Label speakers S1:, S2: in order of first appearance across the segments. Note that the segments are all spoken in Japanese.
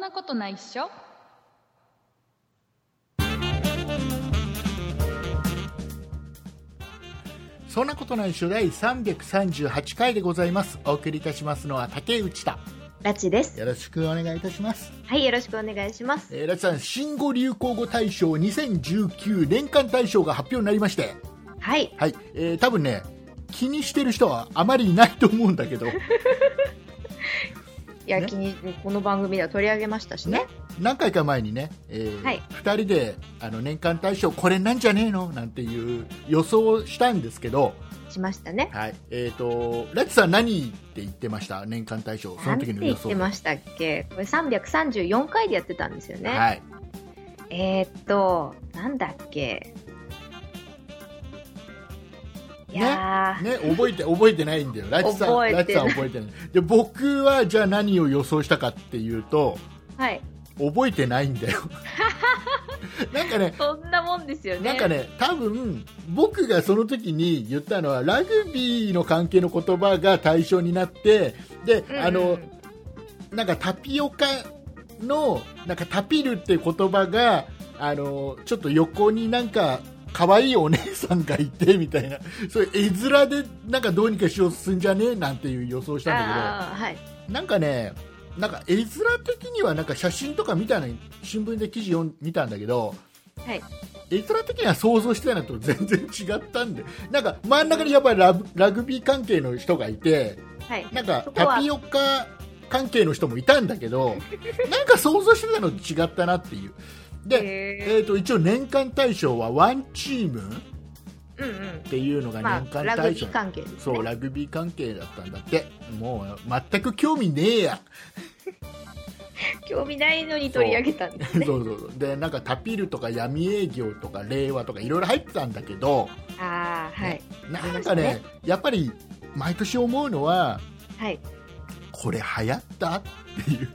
S1: なことないっしょ
S2: そんなことないっしょ第338回でございますお送りいたしますのは竹内田
S3: ラチです。
S2: よろしくお願いいたします、
S3: はい、よろしくお願いします。
S2: えー、ラチさん新語・流行語大賞2019年間大賞が発表になりまして
S3: はい。
S2: はい、えー、多分ね気にしてる人はあまりいないと思うんだけど
S3: いや、
S2: ね
S3: 気に、この番組では取り上げましたしね。
S2: 何回か前にね、えー
S3: はい
S2: 2人であの年間大賞これなんじゃねえのなんていう予想をしたんですけど、
S3: しましたね。
S2: はいえー、とラチさん何って言ってました年間大賞その
S3: なんて
S2: 時の
S3: 言
S2: 予
S3: っ
S2: 想
S3: てましたっけこれ334回でやってたんですよね。
S2: はい、
S3: えー、っと、なんだっけいやー、
S2: ね、覚えて覚えてないんだよ、ラチさん、
S3: 覚
S2: ラ
S3: え
S2: チ
S3: て
S2: さ
S3: なんい
S2: 覚えてない。で、僕はじゃあ何を予想したかっていうと、
S3: はい。
S2: 覚えてないんだ よ。なんかね、
S3: そんなもんですよね。
S2: なんかね、多分僕がその時に言ったのはラグビーの関係の言葉が対象になって、で、
S3: うんうん
S2: あのなんかタピオカのなんかタピルっていう言葉があのちょっと横になんか可愛いお姉さんがいてみたいな そういう絵面でなんかどうにかしようとすんじゃねえなんていう予想したんだ
S3: あーはい。
S2: けどなんかねなんか絵面的にはなんか写真とか見たのに新聞で記事を見たんだけど、
S3: はい
S2: 絵面的には想像してたのと全然違ったんでなんか真ん中にやっぱりラブラグビー関係の人がいて
S3: はい。
S2: なんか
S3: そこは
S2: タピオカ関係の人もいたんだけ ど、なんか想像してたのと違ったなっていう。で、え
S3: へ
S2: ー、と一応年間大賞はワンチームっ
S3: ーうんうん。
S2: ていうのが
S3: ま
S2: 年
S3: あ、
S2: 間
S3: ラグ
S2: 大
S3: ビ
S2: 賞、
S3: ー関係ですね。
S2: そうラグビー関係だったんだってもう全く興味ねえや
S3: 興味ないのに取り上げたんです
S2: そう
S3: ね。
S2: そうそうでなんかタピルとか闇営業とか令和とかいろいろ入ってたんだけど
S3: ああ、はい。
S2: なんかね
S3: ありま
S2: やっぱり毎年思うのは
S3: はい。
S2: これ流行ったっていう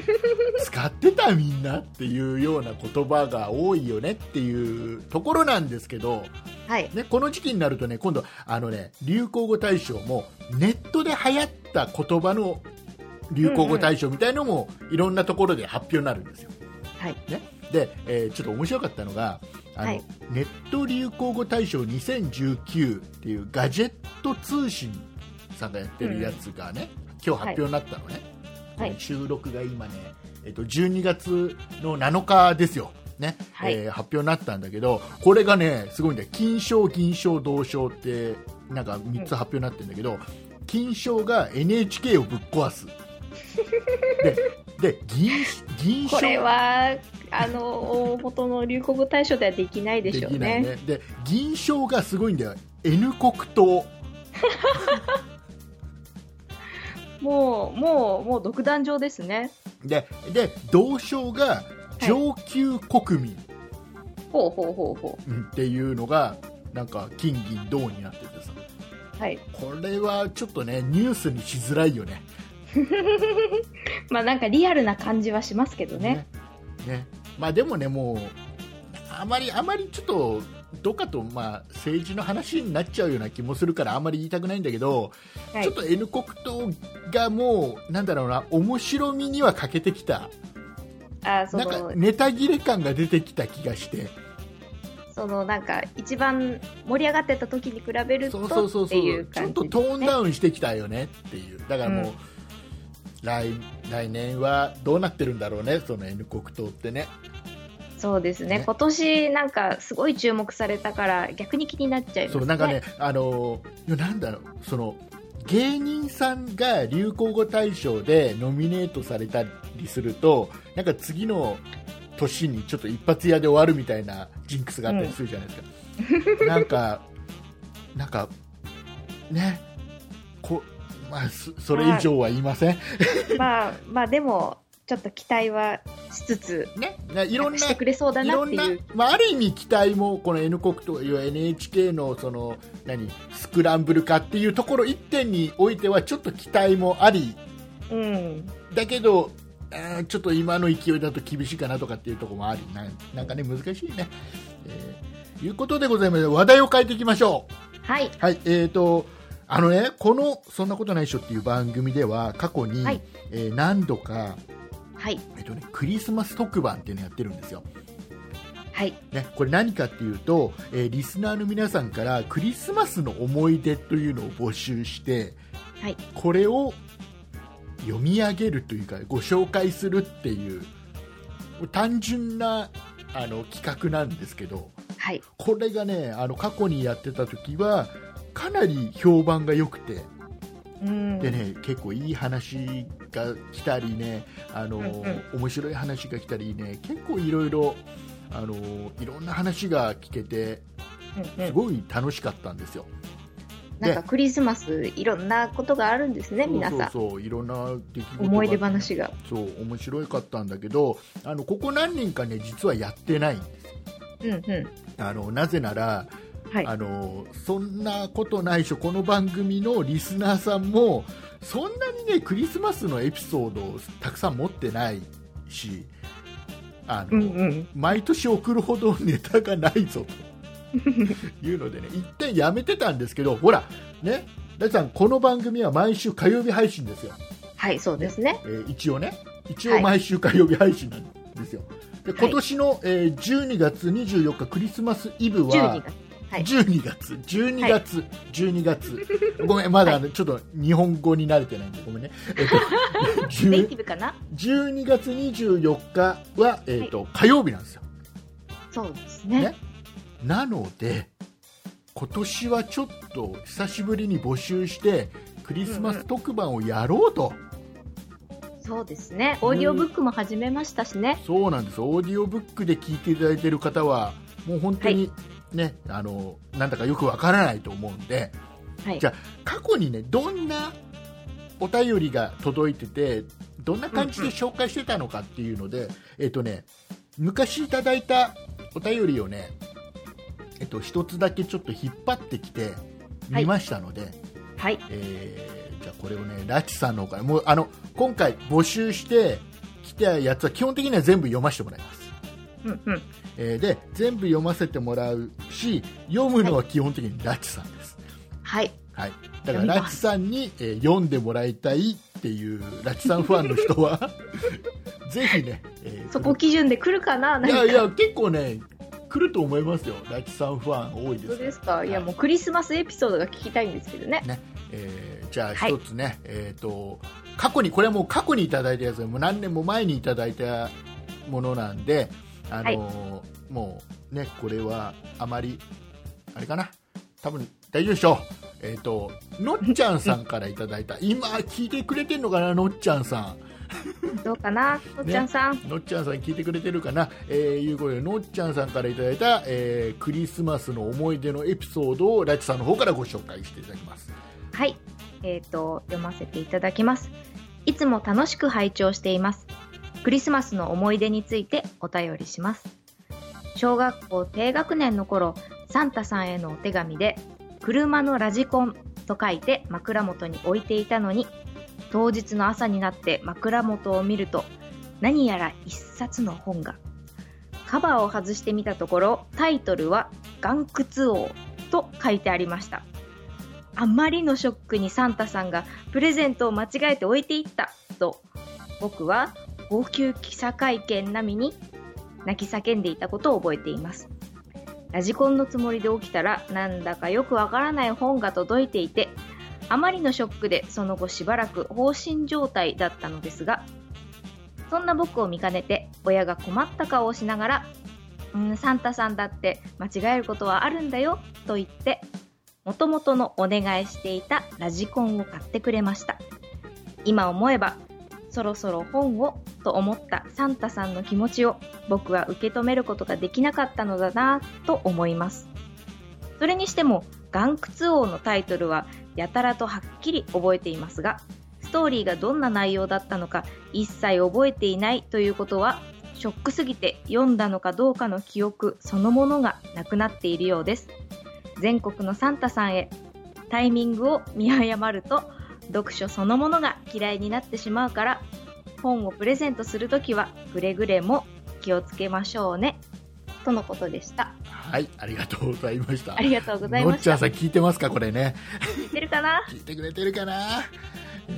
S2: 使ってたみんなっていうような言葉が多いよねっていうところなんですけど、
S3: はい。
S2: ね、この時期になるとね今度あの、ね、流行語大賞もネットで流行った言葉の流行語大賞みたいのもいろんなところで発表になるんですよ。
S3: はい。
S2: で、えーちょっと面白かったのがあの、
S3: はい
S2: ネット流行語大賞2019っていうガジェット通信さんがやってるやつがね、今日発表になったのね、
S3: はい
S2: これ収録が今ね、えっと12月の7日ですよ、ね
S3: はい
S2: えー発表になったんだけどこれがねすごいんだよ金賞、銀賞、銅賞ってなんか3つ発表になってるんだけど、金賞が NHK をぶっ壊 す。でで銀銀賞
S3: これはあの大元の流行語大賞ではできないでしょう
S2: きない
S3: ね。
S2: ねで銀賞がすごいんだよ N 国党
S3: もうもうもう独壇場ですね。
S2: でで銅賞が上級国民
S3: ほうほうほうほ
S2: うんっていうのがなんか金銀銅になっててさ
S3: う。はい。
S2: これはちょっとねニュースにしづらいよね
S3: まあなんかリアルな感じはしますけどね。
S2: ねねまあでもねもうあまりあまりちょっとどうかと、まあ、政治の話になっちゃうような気もするからあんまり言いたくないんだけど、
S3: はい
S2: ちょっと N 国党がもうなんだろうな面白みには欠けてきた
S3: あーそ
S2: なんか
S3: の
S2: ネタ切れ感が出てきた気がして
S3: そのなんか一番盛り上がってた時に比べる
S2: そうそうそ
S3: と
S2: うそ
S3: ってい
S2: う
S3: う
S2: ちょっ
S3: 感じ
S2: とトーンダウンしてきたよねっていうだからもう、
S3: うん
S2: 来来年はどうなってるんだろうねその N 国党ってね
S3: そうですね
S2: ね
S3: 今年なんかすごい注目されたから逆に気になっちゃいますね。
S2: そうなんかね、あのいやなんだろうその芸人さんが流行語大賞でノミネートされたりするとなんか次の年にちょっと一発屋で終わるみたいなジンクスがあったりするじゃないです か、なんかなんかねこまあそそれ以上は言いません、
S3: まあまあでもちょっと期待はしつつ
S2: ねないろんな
S3: してくれそうだ
S2: い
S3: な
S2: ろ
S3: って
S2: ん
S3: い
S2: な
S3: う。、
S2: まあ、ある意味期待もこの N 国といわゆる NHK のその何スクランブル化っていうところ一点においてはちょっと期待もあり
S3: うん
S2: だけどあーちょっと今の勢いだと厳しいかなとかっていうところもありなんなんかね難しいね。えーいうことでございまして話題を変えていきましょう。
S3: はい
S2: はい、えーと、あのね、この、そんなことないっしょっていう番組では、過去に、
S3: はい
S2: えー何度か、
S3: はい
S2: えっとね、クリスマス特番っていうのやってるんですよ、
S3: はい
S2: ね、これ何かっていうと、えーリスナーの皆さんからクリスマスの思い出というのを募集して
S3: はい
S2: これを読み上げるというかご紹介するっていう単純なあの企画なんですけど
S3: はい
S2: これがねあの過去にやってた時はかなり評判が良くて
S3: うん
S2: でね結構いい話が来たりねあの、
S3: うんうん
S2: 面白い話が来たりね結構いろいろあのいろんな話が聞けて
S3: うんう
S2: す
S3: ん
S2: ごい楽しかったんですよ。
S3: なんかクリスマスいろんなことがあるんですね皆さん
S2: そうそうそういろんな出来事が
S3: 思い出話が
S2: そう面白かったんだけどあのここ何年かね実はやってないんです
S3: うんうん
S2: あのなぜなら、
S3: はい
S2: あのそんなことないしょこの番組のリスナーさんもそんなにねクリスマスのエピソードをたくさん持ってないしあの、
S3: うんうん
S2: 毎年送るほどネタがないぞ というのでね一旦やめてたんですけどほらね大地さんこの番組は毎週火曜日配信ですよ、
S3: はいそうですね
S2: えー一応ね一
S3: は
S2: 応
S3: い
S2: 毎週火曜日配信なんですよ、で
S3: はい
S2: 今年の、えー12月24日クリスマスイブは
S3: 12月はい
S2: 12月、12月、12月、ごめん、まだあのちょっと日本語に慣れてないんで、ごめんね、えっと
S3: ネイ
S2: 10
S3: ティブかな
S2: 12月24日は、えっと火曜日なんですよ、
S3: そうですね
S2: ねなので、今年はちょっと久しぶりに募集して、クリスマス特番をやろうと、
S3: そうですねオーディオブックも始めましたしね
S2: そうなんです、オーディオブックで聞いていただいてる方は、もう本当にね、あのなんだかよくわからないと思うんで。
S3: はい
S2: じゃ過去にねどんなお便りが届いててどんな感じで紹介してたのかっていうので、えっ、とね昔いただいたお便りをねえっと一つだけちょっと引っ張ってきて
S3: はい
S2: 見ましたので、
S3: はい
S2: えーじゃあこれをねラチさんの方からもうあの今回募集してきたやつは基本的には全部読ませてもらいます。
S3: うんうん
S2: えーで全部読ませてもらうし読むのは基本的にラチさんです。
S3: はい
S2: はい、だか
S3: 読み
S2: ら
S3: ます
S2: ラチさんに、えー読んでもらいたいっていうラチさんファンの人 はぜひね、えー
S3: そこ基準で来るかななん
S2: い
S3: か
S2: やいや結構ね来ると思いますよラチさんファン多いです
S3: 本
S2: か
S3: 当
S2: ら
S3: ですかいやもうクリスマスエピソードが聞きたいんですけどね
S2: えーじゃあ
S3: はい
S2: 一つね、えっ、と過去にこれはもう過去にいただいたやつでもう何年も前にいただいたものなんであのーもうねこれはあまりあれかな多分大丈夫でしょうえっ、とのっちゃんさんからいただいた今聞いてくれてるのかなのっちゃんさん
S3: どうかなとっちゃんさん、
S2: のっちゃんさん聞いてくれてるかな、えーいうことでのっちゃんさんからいただいた、えークリスマスの思い出のエピソードをラチさんの方からご紹介していただきます
S3: はい、えー、と読ませていただきますいつも楽しく拝聴していますクリスマスの思い出についてお便りします小学校低学年の頃サンタさんへのお手紙で「車のラジコン」と書いて枕元に置いていたのに当日の朝になって枕元を見ると何やら一冊の本がカバーを外してみたところタイトルは「岩窟王」と書いてありましたあまりのショックにサンタさんがプレゼントを間違えて置いていったと僕は号泣記者会見並みに泣き叫んでいたことを覚えていますラジコンのつもりで起きたらなんだかよくわからない本が届いていてあまりのショックでその後しばらく放心状態だったのですがそんな僕を見かねて親が困った顔をしながら「うんサンタさんだって間違えることはあるんだよ」と言ってもともとのお願いしていたラジコンを買ってくれました今思えばそろそろ本をと思ったサンタさんの気持ちを僕は受け止めることができなかったのだなぁと思いますそれにしても「岩窟王」のタイトルはやたらとはっきり覚えていますがストーリーがどんな内容だったのか一切覚えていないということはショックすぎて読んだのかどうかの記憶そのものがなくなっているようです全国のサンタさんへタイミングを見誤ると読書そのものが嫌いになってしまうから本をプレゼントするときはくれぐれも気をつけましょうねとのことでした
S2: はいありがとうございました
S3: ありがとうござい
S2: の
S3: ま
S2: っ
S3: し
S2: ちゃ
S3: た
S2: んさん聞いてますかこれね
S3: 聞いてるかな
S2: 聞いてくれてるかな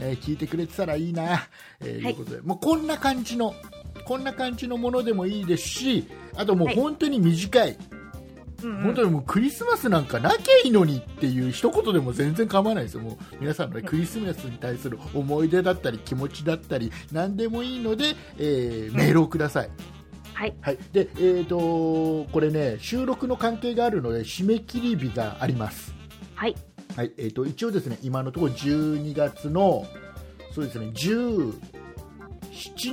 S2: えー聞いてくれてたらいいな、えー
S3: はい
S2: いうことでもうこんな感じのこんな感じのものでもいいですしあともう
S3: はい
S2: 本当に短い、
S3: うんうん
S2: 本当にもうクリスマスなんかなきゃいいのにっていう一言でも全然構わないですよもう皆さんの、ね、
S3: うん
S2: クリスマスに対する思い出だったり気持ちだったり何でもいいので、えーメールをください、
S3: はい。
S2: はいでえー、とこれね収録の関係があるので締め切り日があります
S3: はい。
S2: はいえー、と一応ですね今のところ12月のそうですね17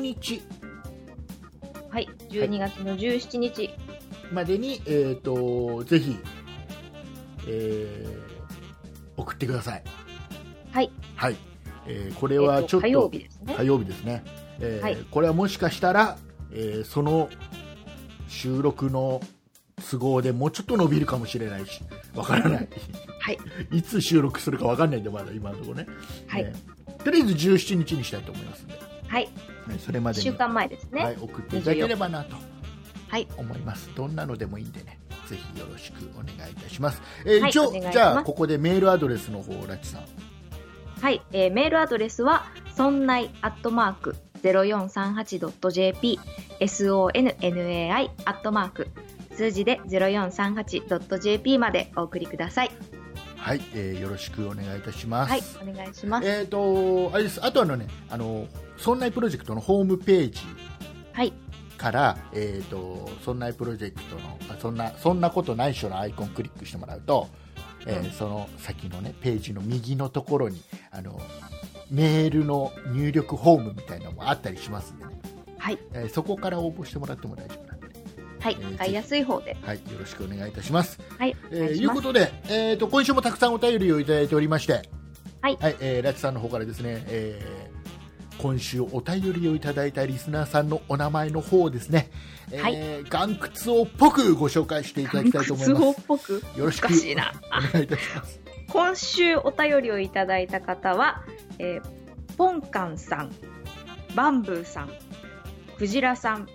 S2: 日
S3: はい。12月の17日。
S2: までに、えー、とぜひ、えー送ってください、
S3: はい。
S2: はいえーこれ
S3: え
S2: は
S3: ー
S2: ちょっと,、
S3: 火曜日ですね。
S2: 火曜日ですね、えー
S3: はい
S2: これはもしかしたら、えーその収録の都合でもうちょっと伸びるかもしれないしわからない、
S3: はい
S2: いつ収録するかわかんないんでまだ今のところね
S3: はい
S2: ね。とりあえず17日にしたいと思いますので、
S3: はい。
S2: ねそれま
S3: 1
S2: でに
S3: 週間前です
S2: はい、
S3: ね。
S2: 送っていただければなと
S3: はい。
S2: 思いますどんなのでもいいんでねぜひよろしくお願いいたします、えー
S3: はい
S2: 一応
S3: お願いします
S2: じゃあここでメールアドレスの方ラチさん
S3: はい。えーメールアドレスは、そんないアットマーク 0438.jp、sonnai アットマーク、数字で 0438.jp までお送りください。
S2: はい、えーよろしくお願いいたします、
S3: はい。お願いします。
S2: えっ、とあれですあとあのねあのそんないプロジェクトのホームページ
S3: はい。
S2: から、えー、とそんなプロジェクトのあそんなそんなことないっしょのアイコンクリックしてもらうと、えー
S3: うん
S2: その先の、ね、ページの右のところにあのメールの入力フォームみたいなのもあったりしますんでね、
S3: はい。
S2: えーそこから応募してもらっても大丈夫なんで、
S3: はい。
S2: えー
S3: 使いやすい方で。
S2: はい、よろしくお願いいたします。
S3: はい。
S2: え
S3: お
S2: ー
S3: 願いし
S2: いう
S3: ま
S2: こ
S3: す。
S2: とで、えー、と今週もたくさんお便りをいただいておりまして、
S3: はい
S2: えーラチさんの方からですね、えー今週お便りをいただいたリスナーさんのお名前の方をですね、えー
S3: は
S2: 岩窟王っぽくご紹介していただきたいと 思い
S3: 靴
S2: ま
S3: をっぽく
S2: す。よろしく
S3: 難しいな。
S2: お願いいたします。
S3: 今週お便りをいただいた方は、えーポンカンさんバンブーさんクジラさん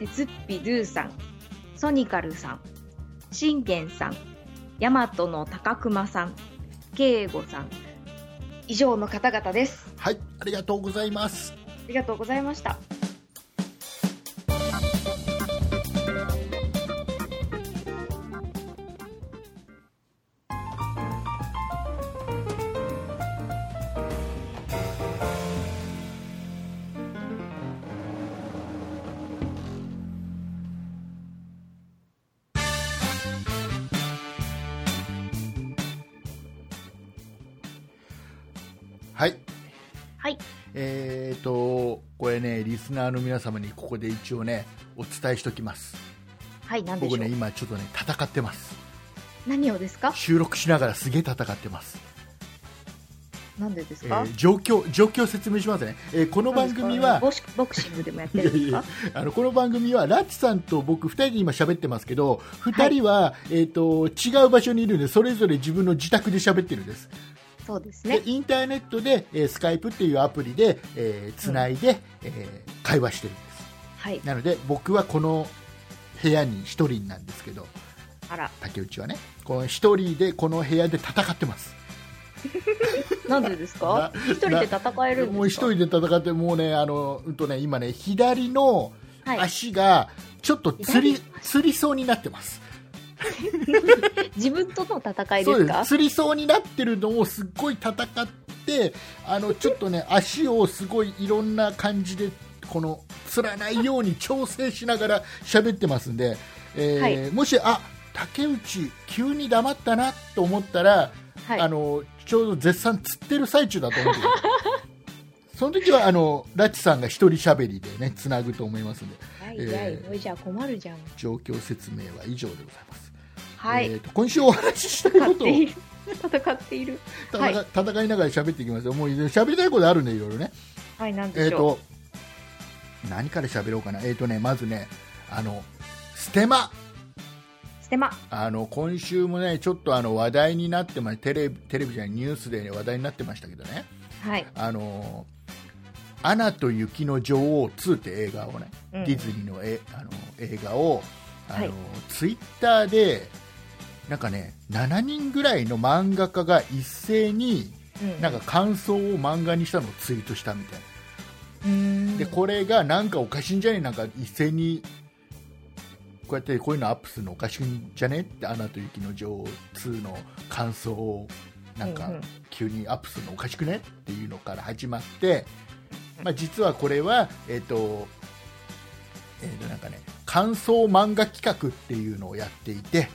S3: 鉄っぴドゥさんソニカルさん信玄さんヤマトの高熊さん慶吾さん以上の方々です
S2: はい、ありがとうございます。
S3: ありがとうございました
S2: はい、
S3: はい
S2: えーとこれねリスナーの皆様にここで一応ねお伝えしておきます。
S3: はい何でしょ
S2: 僕
S3: う、
S2: ね今ちょっとね戦ってます。
S3: 何をですか
S2: 収録しながらすげえ戦ってます。
S3: なんでです
S2: え
S3: か、
S2: ー状況状況を説明しますね、えーこの番組は
S3: ボクシボクシングでもやって
S2: い
S3: る
S2: や
S3: んです
S2: い
S3: か
S2: や あのこの番組はラチさんと僕2人で今喋ってますけど2人は、えー、と違う場所にいるんでそれぞれ自分の自宅で喋ってるんです、
S3: そうですね
S2: でインターネットで、えー、スカイプっていうアプリでつな、繋いで、えー会話してるんです
S3: はい
S2: なので僕はこの部屋に1人なんですけど
S3: あら
S2: 竹内はねこの1人でこの部屋で戦ってます
S3: なんでですか
S2: な
S3: 一人で戦えるんですか
S2: もう1人で戦ってもうねあの、うんとね今ね左の
S3: はい、
S2: 足がちょっとつり
S3: 左
S2: つりそうになってます
S3: 自分との戦いで
S2: そう
S3: す
S2: で
S3: か
S2: すつりそうになってるのをすっごい戦ってあ のちょっとね足をすごいいろんな感じでこのつらないように調整しながら 喋ってますんで、えー
S3: はい
S2: もしあ竹内急に黙ったなと思ったら、
S3: はい
S2: あのちょうど絶賛釣ってる最中だと思 ってくださいその時はあのラチさんが一人喋りでねつなぐと思いますんで
S3: はいはい
S2: えー
S3: おいじゃあ困るじゃん
S2: 状況説明は以上でございます。
S3: はい、
S2: えーと今週お話ししたい
S3: 戦
S2: こ
S3: っ
S2: とを
S3: ている戦っている
S2: 戦,、、
S3: はいい
S2: ながら喋っていきますよ。もう喋りたいことあるんでいろいろね。
S3: はいなん
S2: え
S3: で
S2: っ、
S3: しょ
S2: と何から喋ろうかな。えっ、とねまずねあのステマ
S3: う、ステマ
S2: あの今週もねちょっとあの話題になってまテレビテレビじゃないニュースで、ね、話題になってましたけどね。
S3: はい、
S2: あのアナと雪の女王2って映画をね、
S3: うん
S2: ディズニーのえあの映画をあの、
S3: はい
S2: ツイッターでなんかね7人ぐらいの漫画家が一斉に
S3: うん
S2: なんか感想を漫画にしたのをツイートしたみたいな
S3: うん
S2: でこれがなんかおかしいんじゃねなんか一斉にこうやってこういうのアップするのおかしいんじゃねって「アナと雪の女王2」の感想をなんか
S3: うんうん
S2: 急にアップするのおかしくねっていうのから始まって、まあ、実はこれはえっ、とえっ、となんかね感想漫画企画っていうのをやっていて、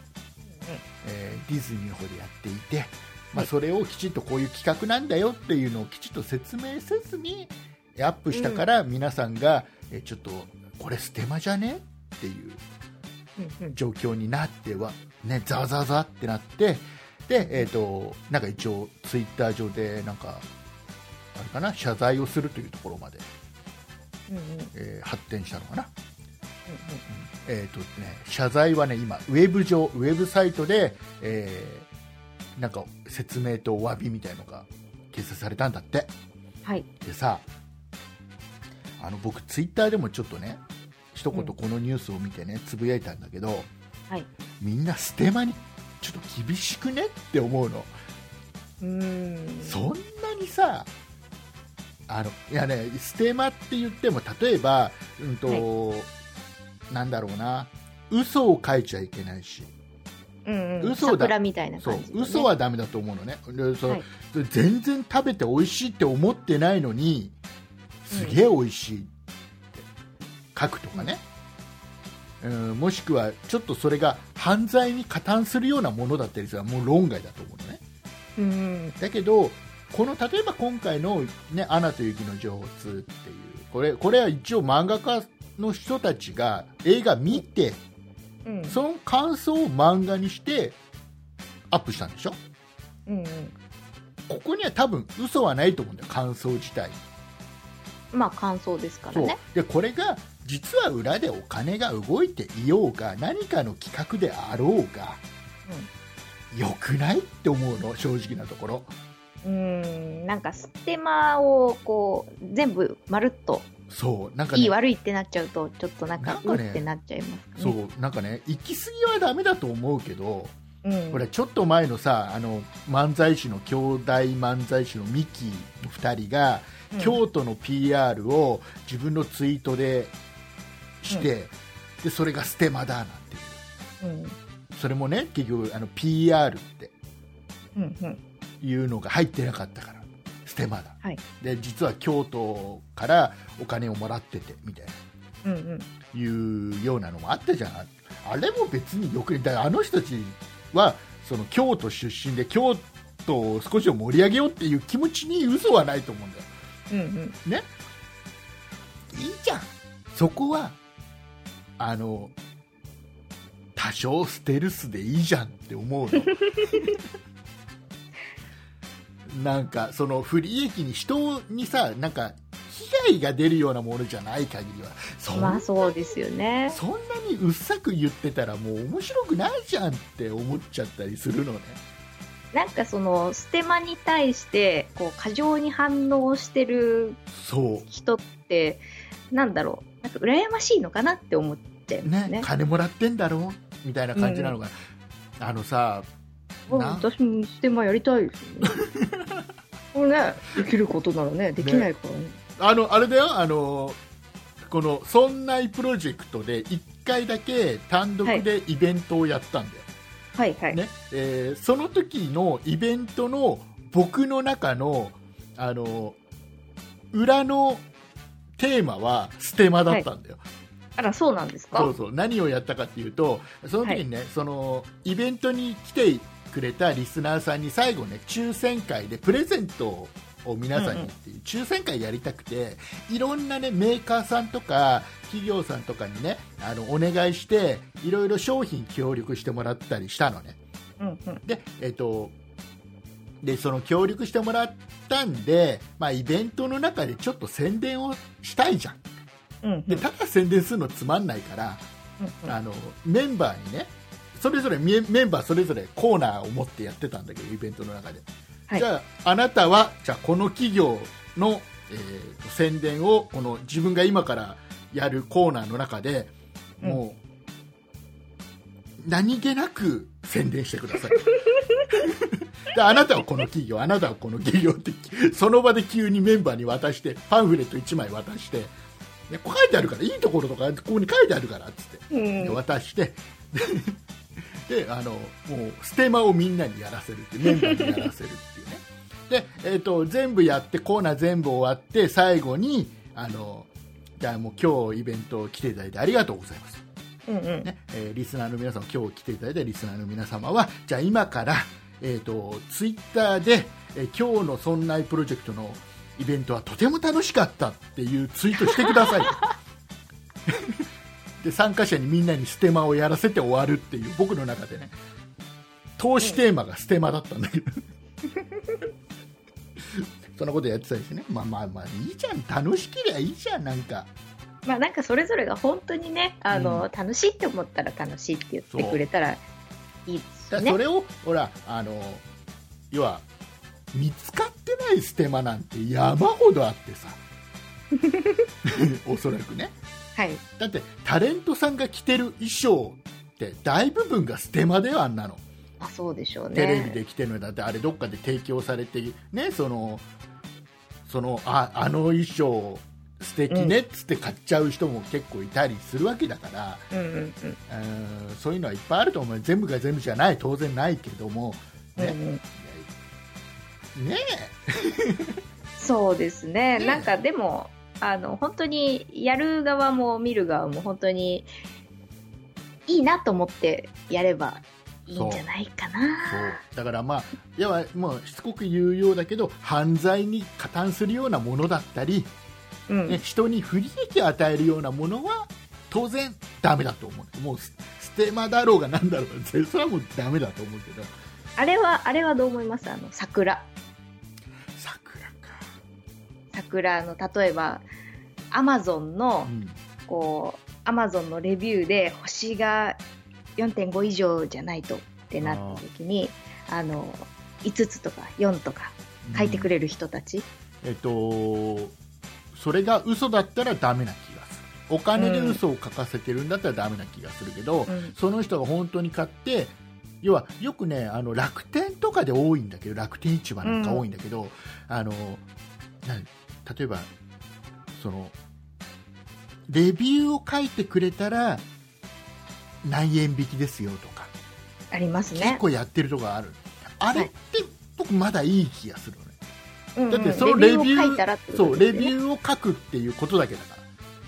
S2: えーディズニーの方でやっていて、ま
S3: は
S2: あ、
S3: い
S2: それをきちっとこういう企画なんだよっていうのをきちっと説明せずにえアップしたから皆さんが、えちょっとこれステマじゃねっていう
S3: うんうん
S2: 状況になっては、ね、ざわざわざわってなってで、えー、となんか一応ツイッター上でなんかあれかな謝罪をするというところまで、
S3: うんうんうんうん
S2: えー発展したのかな。えーとね、謝罪はね今、ウェブ上、ウェブサイトで、えーなんか説明とお詫びみたいのが掲載されたんだって、
S3: はい
S2: でさ、あの僕、ツイッターでもちょっとね、一言
S3: うん
S2: このニュースを見てね、つぶやいたんだけど、
S3: はい
S2: みんなステマにちょっと厳しくねって思うの、
S3: うん
S2: そんなにさ、あのいやね、ステマって言っても、例えば、うんとなんだろうな、嘘を書いちゃいけないし。
S3: うんうん
S2: 嘘だ
S3: 桜みたいな
S2: そう
S3: 感じ、
S2: 嘘はダメだと思うのね、でその
S3: はい
S2: 全然食べて美味しいって思ってないのにすげえ美味しいって書くとかね、うん、もしくはちょっとそれが犯罪に加担するようなものだったりするのはもう論外だと思うのね
S3: うんうん
S2: だけどこの例えば今回の、ね「アナと雪の女王2」っていうこれこれは一応漫画家の人たちが映画見て
S3: うん
S2: その感想を漫画にしてアップしたんでしょ
S3: うんうん
S2: ここには多分嘘はないと思うんだよ感想自体
S3: まあ感想ですから
S2: そう
S3: ね
S2: でこれが実は裏でお金が動いていようが何かの企画であろうが、良くないって思うの正直なところ
S3: うんなんかステマをこう全部まるっと
S2: そうなんかね
S3: いい悪いってなっちゃうとちょっとなんか
S2: なん
S3: う
S2: かね
S3: ってなっちゃいます
S2: そ
S3: かね
S2: うなんかね行き過ぎはダメだと思うけど
S3: うん
S2: これちょっと前のさあの漫才師の兄弟漫才師のミキの2人が
S3: うん
S2: 京都の PR を自分のツイートでして、でそれがステマだなんていう
S3: うん
S2: それもね結局あの PR って
S3: うんうん
S2: いうのが入ってなかったからステマだ、
S3: はい
S2: で実は京都からお金をもらっててみたいな
S3: うんう
S2: い
S3: ん
S2: うようなのもあったじゃんあれも別によくねだからあの人たちはその京都出身で京都を少しでも盛り上げようっていう気持ちに嘘はないと思うんだよ
S3: うんうん
S2: いいじゃんそこはあの多少ステルスでいいじゃんって思う のなんかその不利益に人にさなんか被害が出るようなものじゃない限りはそん,、
S3: まあそうですよね
S2: そんなにうっさく言ってたらもう面白くないじゃんって思っちゃったりするのね
S3: なんかそのステマに対してこう過剰に反応してる
S2: そ
S3: 人ってなんだろうなんか羨ましいのかなって思っちゃいうます
S2: ね
S3: ね。
S2: 金もらってんだろうみたいな感じなのが、あのさ
S3: うん
S2: な
S3: 私もステマやりたいですよ ね。これねできることならねできないからね。
S2: あの、あれだよ、あの、この、そんないプロジェクトで、1回だけ単独でイベントをやったんだよ。
S3: はいはい。
S2: ね。えーその時のイベントの、僕の中の、あの、裏のテーマは、ステマだったんだよ。
S3: あらそうなんですか。
S2: そうそう。何をやったかっていうと、その時にね、その、イベントに来てくれたリスナーさんに最後ね、抽選会でプレゼントを皆さんにっていう、抽選会やりたくて、いろんなね、メーカーさんとか、企業さんとかにね、あの、お願いして、いろいろ商品協力してもらったりしたのね。
S3: うんうん
S2: で、えっ、と、で、その協力してもらったんで、まあ、イベントの中でちょっと宣伝をしたいじゃん。
S3: うんうん
S2: で、ただ宣伝するのつまんないから、
S3: うん
S2: あのメンバーにねそれぞれメメンバーそれぞれコーナーを持ってやってたんだけどイベントの中で、
S3: はい
S2: じゃああなたはじゃあこの企業の、えーと宣伝をこの自分が今からやるコーナーの中でもう、何気なく宣伝してく ださいであなたはこの企業あなたはこの企業ってその場で急にメンバーに渡してパンフレット1枚渡してでこう書いてあるからいいところとかここに書いてあるからっつって
S3: う
S2: で
S3: ん。
S2: 渡してでであのもうステマをみんなにやらせるってメンバーにやらせるっていうねで、えー、と全部やってコーナー全部終わって最後にあのじゃあもう今日イベント来ていただいてありがとうございます、
S3: うんうん。
S2: ねえーリスナーの皆さん今日来ていただいたリスナーの皆様はじゃあ今から、えー、とツイッターで、えー今日の「そんないプロジェクト」のイベントはとても楽しかったっていうツイートしてください で参加者にみんなにステマをやらせて終わるっていう僕の中でね投資テーマがステマだったんだけど そんなことやってたりしてねまあまあまあいいじゃん楽しけりゃいいじゃんなんか
S3: まあなんかそれぞれが本当にね、あの、
S2: うん
S3: 楽しいって思ったら楽しいって言ってくれたらいいです
S2: だ
S3: よ
S2: からそ
S3: ね。
S2: れを、ほらあの要は見つかってないステマなんて山ほどあってさ おそらくね
S3: はい。
S2: だってタレントさんが着てる衣装って大部分がステマだよあんなの、
S3: あ、そうでしょうね。
S2: テレビで着てるのだってあれどっかで提供されてねそのそのああの衣装素敵ねっつって買っちゃう人も結構いたりするわけだから、
S3: うんうん
S2: うんそういうのはいっぱいあると思う全部が全部じゃない当然ないけども
S3: うん。
S2: ね、
S3: うんうん
S2: ね
S3: そうですね。
S2: ね
S3: なんかでも、あの、本当にやる側も見る側も本当にいいなと思ってやればいいんじゃないかな。
S2: そうだからまあ要はもうしつこく言うようだけど犯罪に加担するようなものだったり、
S3: う
S2: ね、
S3: ん。
S2: 人に不利益を与えるようなものは当然ダメだと思うもうスステマだろうがなんだろうがそれはもうダメだと思うけど
S3: あれは、あれはどう思いますあの、桜。
S2: 桜か、
S3: 桜の、例えば、アマゾンの、
S2: うん、
S3: こう、アマゾンのレビューで星が4.5以上じゃないとってなった時に、あの、5つとか4とか書いてく
S2: れ、
S3: れる人たち。
S2: えっとそれが嘘だったらダメな気がするお金で嘘を書かせてるんだったらダメな気がするけど、
S3: うん。
S2: その人が本当に買って要はよくねあの楽天とかで多いんだけど楽天市場なんか多いんだけど、あのなん例えばそのレビューを書いてくれたら何円引きですよとか
S3: あります
S2: 結
S3: ね。
S2: 構やってるとこがあるあれって僕まだいい気がするのね、だ
S3: だ
S2: ってそのレビュー
S3: を書いたらってこ
S2: そ
S3: と
S2: うレ
S3: ですよね
S2: ビューを書くっていうことだけだか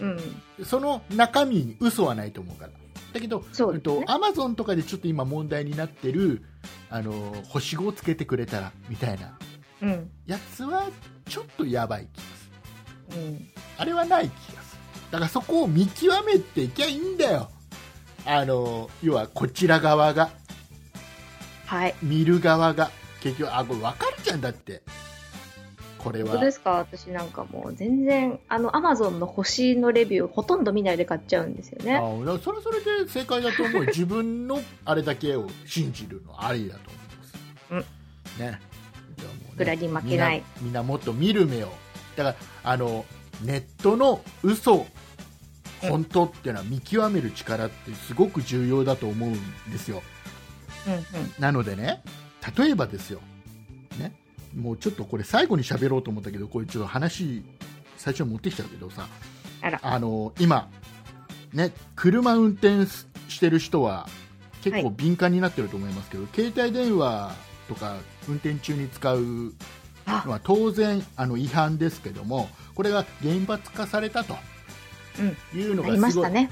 S3: うん、
S2: らその中身に嘘はないと思うからだけど
S3: そう
S2: えっ
S3: です
S2: と
S3: ね。
S2: アマゾンとかでちょっと今問題になってるあの星5をつけてくれたらみたいな
S3: うん、
S2: やつはちょっとやばい気がする
S3: うん、
S2: あれはない気がするだからそこを見極めていきゃいいんだよあの要はこちら側が
S3: はい。
S2: 見る側が結局あこれ分かるじゃんだってこれ
S3: 本当で
S2: は
S3: すか私なんかもう全然、あの、アマゾンの星のレビューほとんど見ないで買っちゃうんですよ
S2: あだ
S3: ね。
S2: からそれそれで正解だと思う自分のあれだけを信じるのありだと思います、
S3: うん
S2: ねじゃあもうね
S3: 裏に負けない。
S2: みんなみんなもっと見る目をだからあのネットの嘘
S3: うん
S2: 本当っていうのは見極める力ってすごく重要だと思うんですよ
S3: うん、
S2: なのでね例えばですよ、ね、もうちょっとこれ最後に喋ろうと思ったけどこれちょっと話最初に持ってきちゃうけどさ
S3: あら
S2: の今、ね、車運転すしてる人は結構
S3: は
S2: 敏感になってると思いますけど、携帯電話とか運転中に使う
S3: あ、
S2: まあ、当然あの違反ですけどもこれが厳罰化されたというの
S3: あ
S2: が
S3: りますし
S2: ごい,、
S3: たね。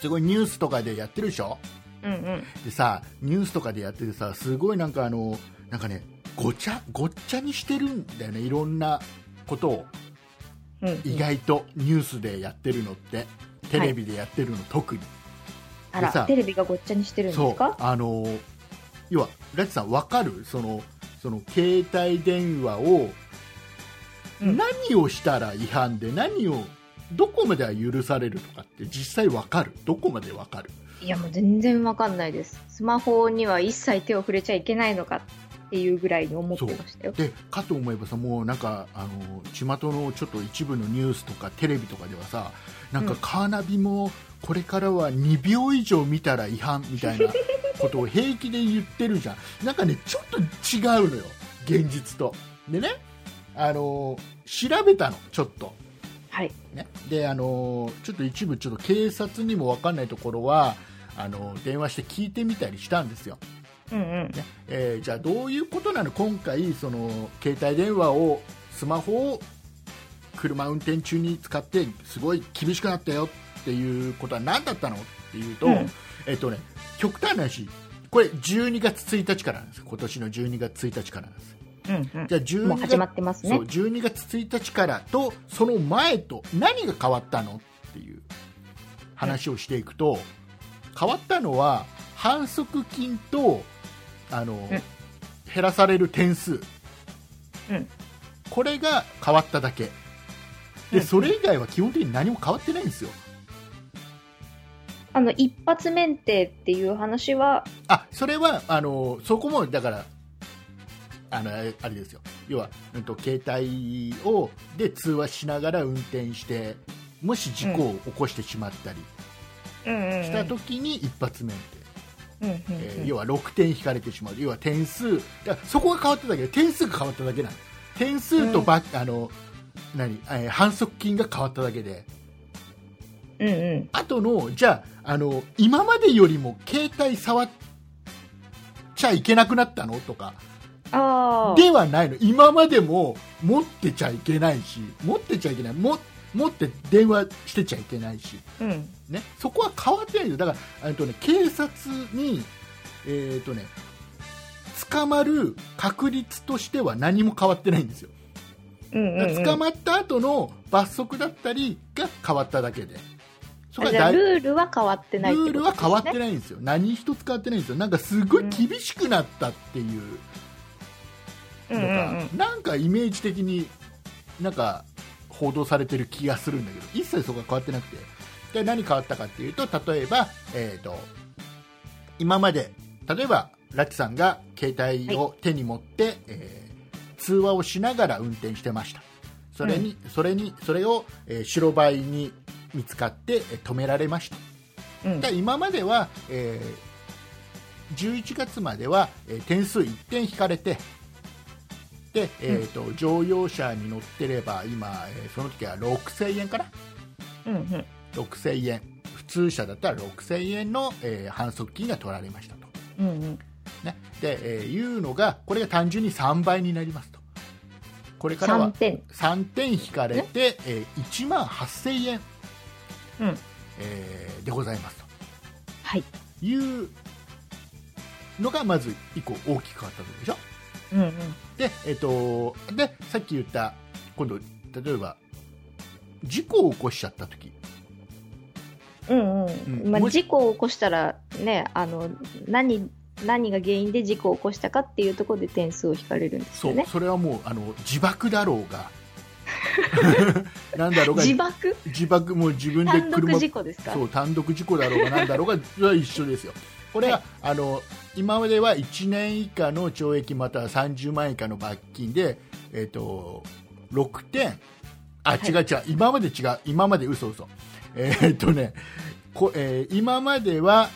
S2: すごいニュースとかでやってるでしょ
S3: うん、うん。
S2: でさニュースとかでやっててさすごいなんかあのなんかねごちゃごっちゃにしてるんだよねいろんなことを
S3: うんうん、
S2: 意外とニュースでやってるのってテレビでやってるの、特に
S3: あ
S2: でさ
S3: ら、テレビがごっちゃにしてるんで
S2: そ
S3: す
S2: う
S3: か
S2: あの要はラチさんわかるそのその携帯電話を
S3: うん
S2: 何をしたら違反で何をどこまでは許されるとかって実際わかるどこまでわかる
S3: いや、もう全然わかんないです。スマホには一切手を触れちゃいけないのかっていうぐらいに思ってましたよ。
S2: でかと思えばさもうなんかあの巷のちょっと一部のニュースとかテレビとかではさなんか
S3: うん
S2: カーナビもこれからは2秒以上見たら違反みたいなことを平気で言ってるじゃんなんかねちょっと違うのよ現実とでねあの調べたのちょっと
S3: はい。
S2: ね、であのーちょっと一部ちょっと警察にも分かんないところはあのー電話して聞いてみたりしたんですよ、
S3: うんうん。
S2: ねえーじゃあどういうことなの今回その携帯電話をスマホを車運転中に使ってすごい厳しくなったよっていうことは何だったのっていうと、
S3: うん
S2: えっとね極端な話これ12月1日からなんですよ今年の12月1日からなんですよ
S3: うんうん。
S2: じゃあ12月
S3: もう始まってます
S2: そ
S3: ね
S2: う12月1日からとその前と何が変わったのっていう話をしていくと、変わったのは反則金とあの、減らされる点数、
S3: うん
S2: これが変わっただけ
S3: うんう
S2: で
S3: ん
S2: それ以外は基本的に何も変わってないんですよ
S3: あの、一発免停っていう話は、
S2: あそれはあのそこもだからあのあれですよ要は、うん、と携帯をで通話しながら運転してもし事故を起こしてしまったり
S3: うんうんうん。
S2: した時に一発免停、
S3: うんうんうん
S2: えー要は6点引かれてしまう要は点数だからそこが変わっただけ点数が変わっただけなの点数とば、あの何えー反則金が変わっただけで
S3: うんうん。
S2: あとのじゃああの今までよりも携帯触っちゃいけなくなったのとか
S3: ああ。
S2: ではないの今までも持ってちゃいけないし持ってちゃいけないも持って電話してちゃいけないし、
S3: うん。
S2: ね、そこは変わってないよだから、えっとね、警察に、えっとね、捕まる確率としては何も変わってないんですよ
S3: うんう
S2: だ
S3: ん
S2: か
S3: う
S2: ら
S3: ん。
S2: 捕まった後の罰則だったりが変わっただけでそこ
S3: あ
S2: は
S3: じゃ
S2: だ
S3: あ
S2: い
S3: ルールは変わってない
S2: ル
S3: って
S2: ー
S3: ことです、ね、
S2: ルは変わってないんですよ何一つ変わってないんですよなんかすごい厳しくなったっていう。の
S3: うんうん
S2: がなんかイメージ的になんか報道されてる気がするんだけど一切そこが変わってなくてで何変わったかっていうと例えば、えー、と今まで例えばラッチさんが携帯を手に持って、えー通話をしながら運転してましたそれに、それにそれを、えー白バイに見つかってえー止められました
S3: うん。うん
S2: だから今までは、えー11月までは、えー点数1点引かれてで、えーと乗用車に乗ってれば今、えーその時は6000円かな
S3: うんうん。
S2: 6000円普通車だったら6000円の、えー反則金が取られましたと、
S3: うんうん。
S2: ねでえーいうのがこれが単純に3倍になりますとこれから
S3: 3
S2: は
S3: 点。
S2: 3点引かれて、えー1万8000円、
S3: うん
S2: えーでございますと。
S3: はい。
S2: いうのがまず一個大きく変わったことでしょ
S3: うんうん。
S2: で,、えっとでさっき言った今度例えば事故を起こしちゃった時
S3: うんうん。
S2: うん
S3: ま
S2: も
S3: あ、
S2: し
S3: 事故を起こしたら、ね、あの、何、何が原因で事故を起こしたかっていうところで点数を引かれるんです
S2: そ
S3: よ
S2: う、
S3: ね。
S2: それはもうあの自爆だろう がなんだろうが
S3: 自爆
S2: 自爆もう自分で
S3: 単独
S2: 車
S3: 事故ですか
S2: そう単独事故だろうがなんだ ろうがそれは一緒ですよこれは、
S3: は
S2: あの今までは1年以下の懲役または30万円以下の罰金で、えっと6点あ
S3: はい
S2: 違う違う、今まで違う今まで嘘嘘えーっとねこ、えー今までは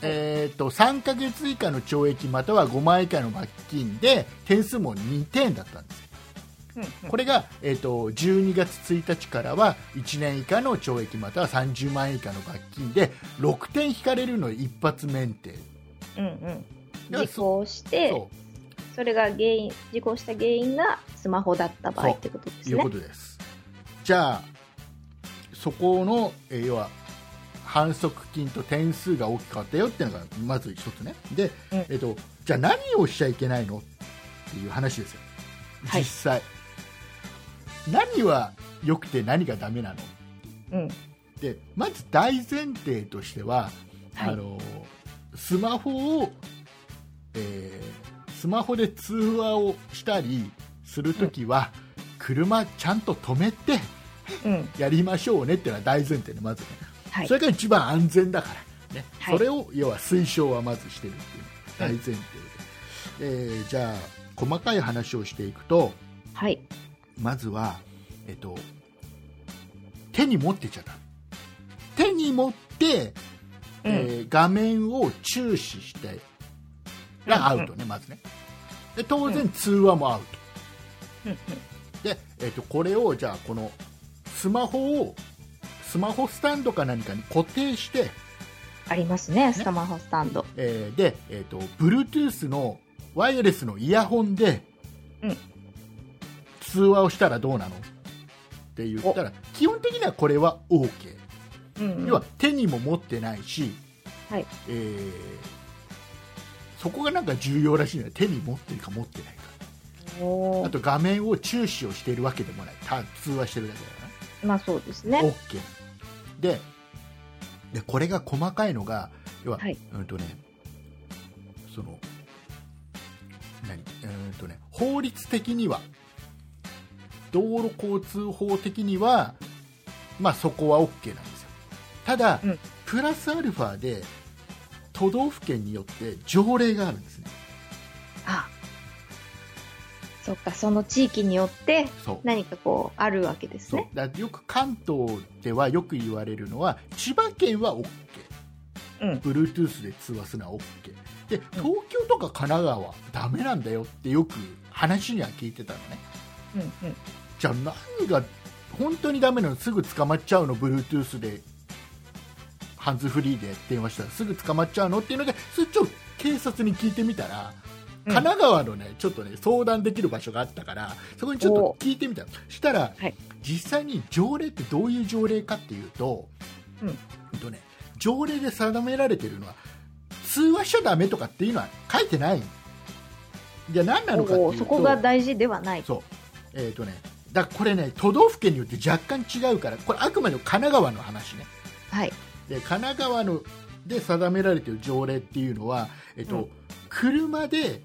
S2: えーっと3ヶ月以下の懲役または5万円以下の罰金で点数も2点だったんです
S3: うんうん
S2: これが、えー、と12月1日からは1年以下の懲役または30万円以下の罰金で6点引かれるの一発免停
S3: うん
S2: だか
S3: うん。
S2: ら
S3: 事故をして、
S2: そ
S3: そうれが原因、事故をした原因がスマホだった場合
S2: そう
S3: ってことです
S2: いう
S3: ね
S2: こ。とですじゃあそこの、えー要は反則金と点数が大きく変わったよっていうのがまず一つねで、
S3: うん
S2: えー、とじゃあ何をしちゃいけないのっていう話ですよ
S3: はい
S2: 実際、何は良くて何がダメなの
S3: うん。
S2: でまず大前提としては、
S3: はい
S2: あのスマホを、えースマホで通話をしたりするときは、車ちゃんと止めて
S3: うん。
S2: やりましょうねっていうのは大前提でまずね、
S3: はい
S2: そ。れが一番安全だから、ね
S3: はい
S2: それを要は推奨はまずしてるっていうのが大前提で、えーじゃあ細かい話をしていくと
S3: はい。
S2: まずは、えっと、手に持ってちゃダメ手に持って
S3: うん
S2: えー画面を注視してがアウトね、まずねで当然通話もアウト、
S3: うんうん
S2: で、えー、とこれをじゃあこのスマホをスマホスタンドか何かに固定して、
S3: ありますね、スタマホスタンド。
S2: えーで、えー、と Bluetooth のワイヤレスのイヤホンで、
S3: うん
S2: 通話をしたらどうなのって言ったら基本的にはこれは OK、
S3: うんうん
S2: 要は手にも持ってないし、
S3: はい
S2: えーそこがなんか重要らしいのは手に持ってるか持ってないか
S3: お
S2: あ
S3: ー
S2: と画面を注視をしているわけでもないた通話してるだけだからね
S3: まあそうですね。
S2: OK ででこれが細かいのが要は、
S3: はい
S2: うんとねその何うんとね法律的には道路交通法的にはまあそこは OK なんですよただ、
S3: うん
S2: プラスアルファで都道府県によって条例があるんですね
S3: あそっか、その地域によって
S2: そう
S3: 何かこう、あるわけです
S2: そう
S3: ね。
S2: だよく関東ではよく言われるのは千葉県は OK、
S3: うん
S2: Bluetooth で通話するのは OK で東京とか神奈川はダメなんだよってよく話には聞いてたのね
S3: うんうん。
S2: じゃあ何が本当にダメなのすぐ捕まっちゃうの Bluetooth でハンズフリーで電話したらすぐ捕まっちゃうのっていうのでそれちょっと警察に聞いてみたら
S3: うん
S2: 神奈川のねちょっとね相談できる場所があったからそこにちょっと聞いてみたのしたら、
S3: はい
S2: 実際に条例ってどういう条例かっていうと,、
S3: うん
S2: んとね、条例で定められてるのは通話しちゃダメとかっていうのは書いてないじゃあ何なのかっていう
S3: お
S2: と
S3: ーそこが大事ではない。
S2: そうえーとねだからこれね都道府県によって若干違うからこれあくまでも神奈川の話ね
S3: はい。
S2: で神奈川ので定められている条例っていうのは、えっと
S3: うん
S2: 車で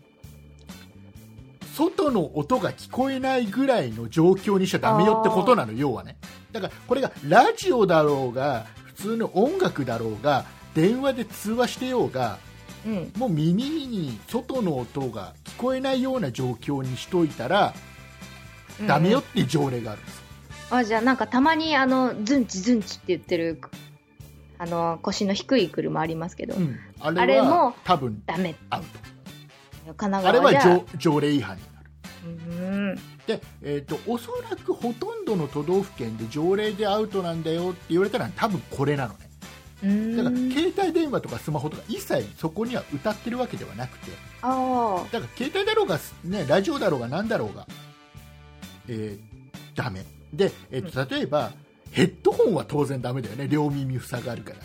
S2: 外の音が聞こえないぐらいの状況にしちゃダメよってことなの要はねだからこれがラジオだろうが普通の音楽だろうが電話で通話してようが
S3: うん。
S2: もう耳に外の音が聞こえないような状況にしといたらダメよっていう条例があるんですよ、
S3: あじゃあなんかたまにあのズンチズンチって言ってるあの腰の低い車ありますけど、
S2: うんあ
S3: あ
S2: れ
S3: れ
S2: は
S3: も
S2: 多分
S3: ダメ
S2: アウト
S3: 神奈
S2: あれは
S3: 川じゃ
S2: 条条例違反になる
S3: うん
S2: で、えー、とおそらくほとんどの都道府県で条例でアウトなんだよって言われたら多分これなのね
S3: うん
S2: だから携帯電話とかスマホとか一切そこには歌ってるわけではなくて
S3: あ
S2: だから携帯だろうが、ね、ラジオだろうが何だろうが、えー、ダメで、えー、と例えばヘッドホンは当然ダメだよね両耳塞がるからね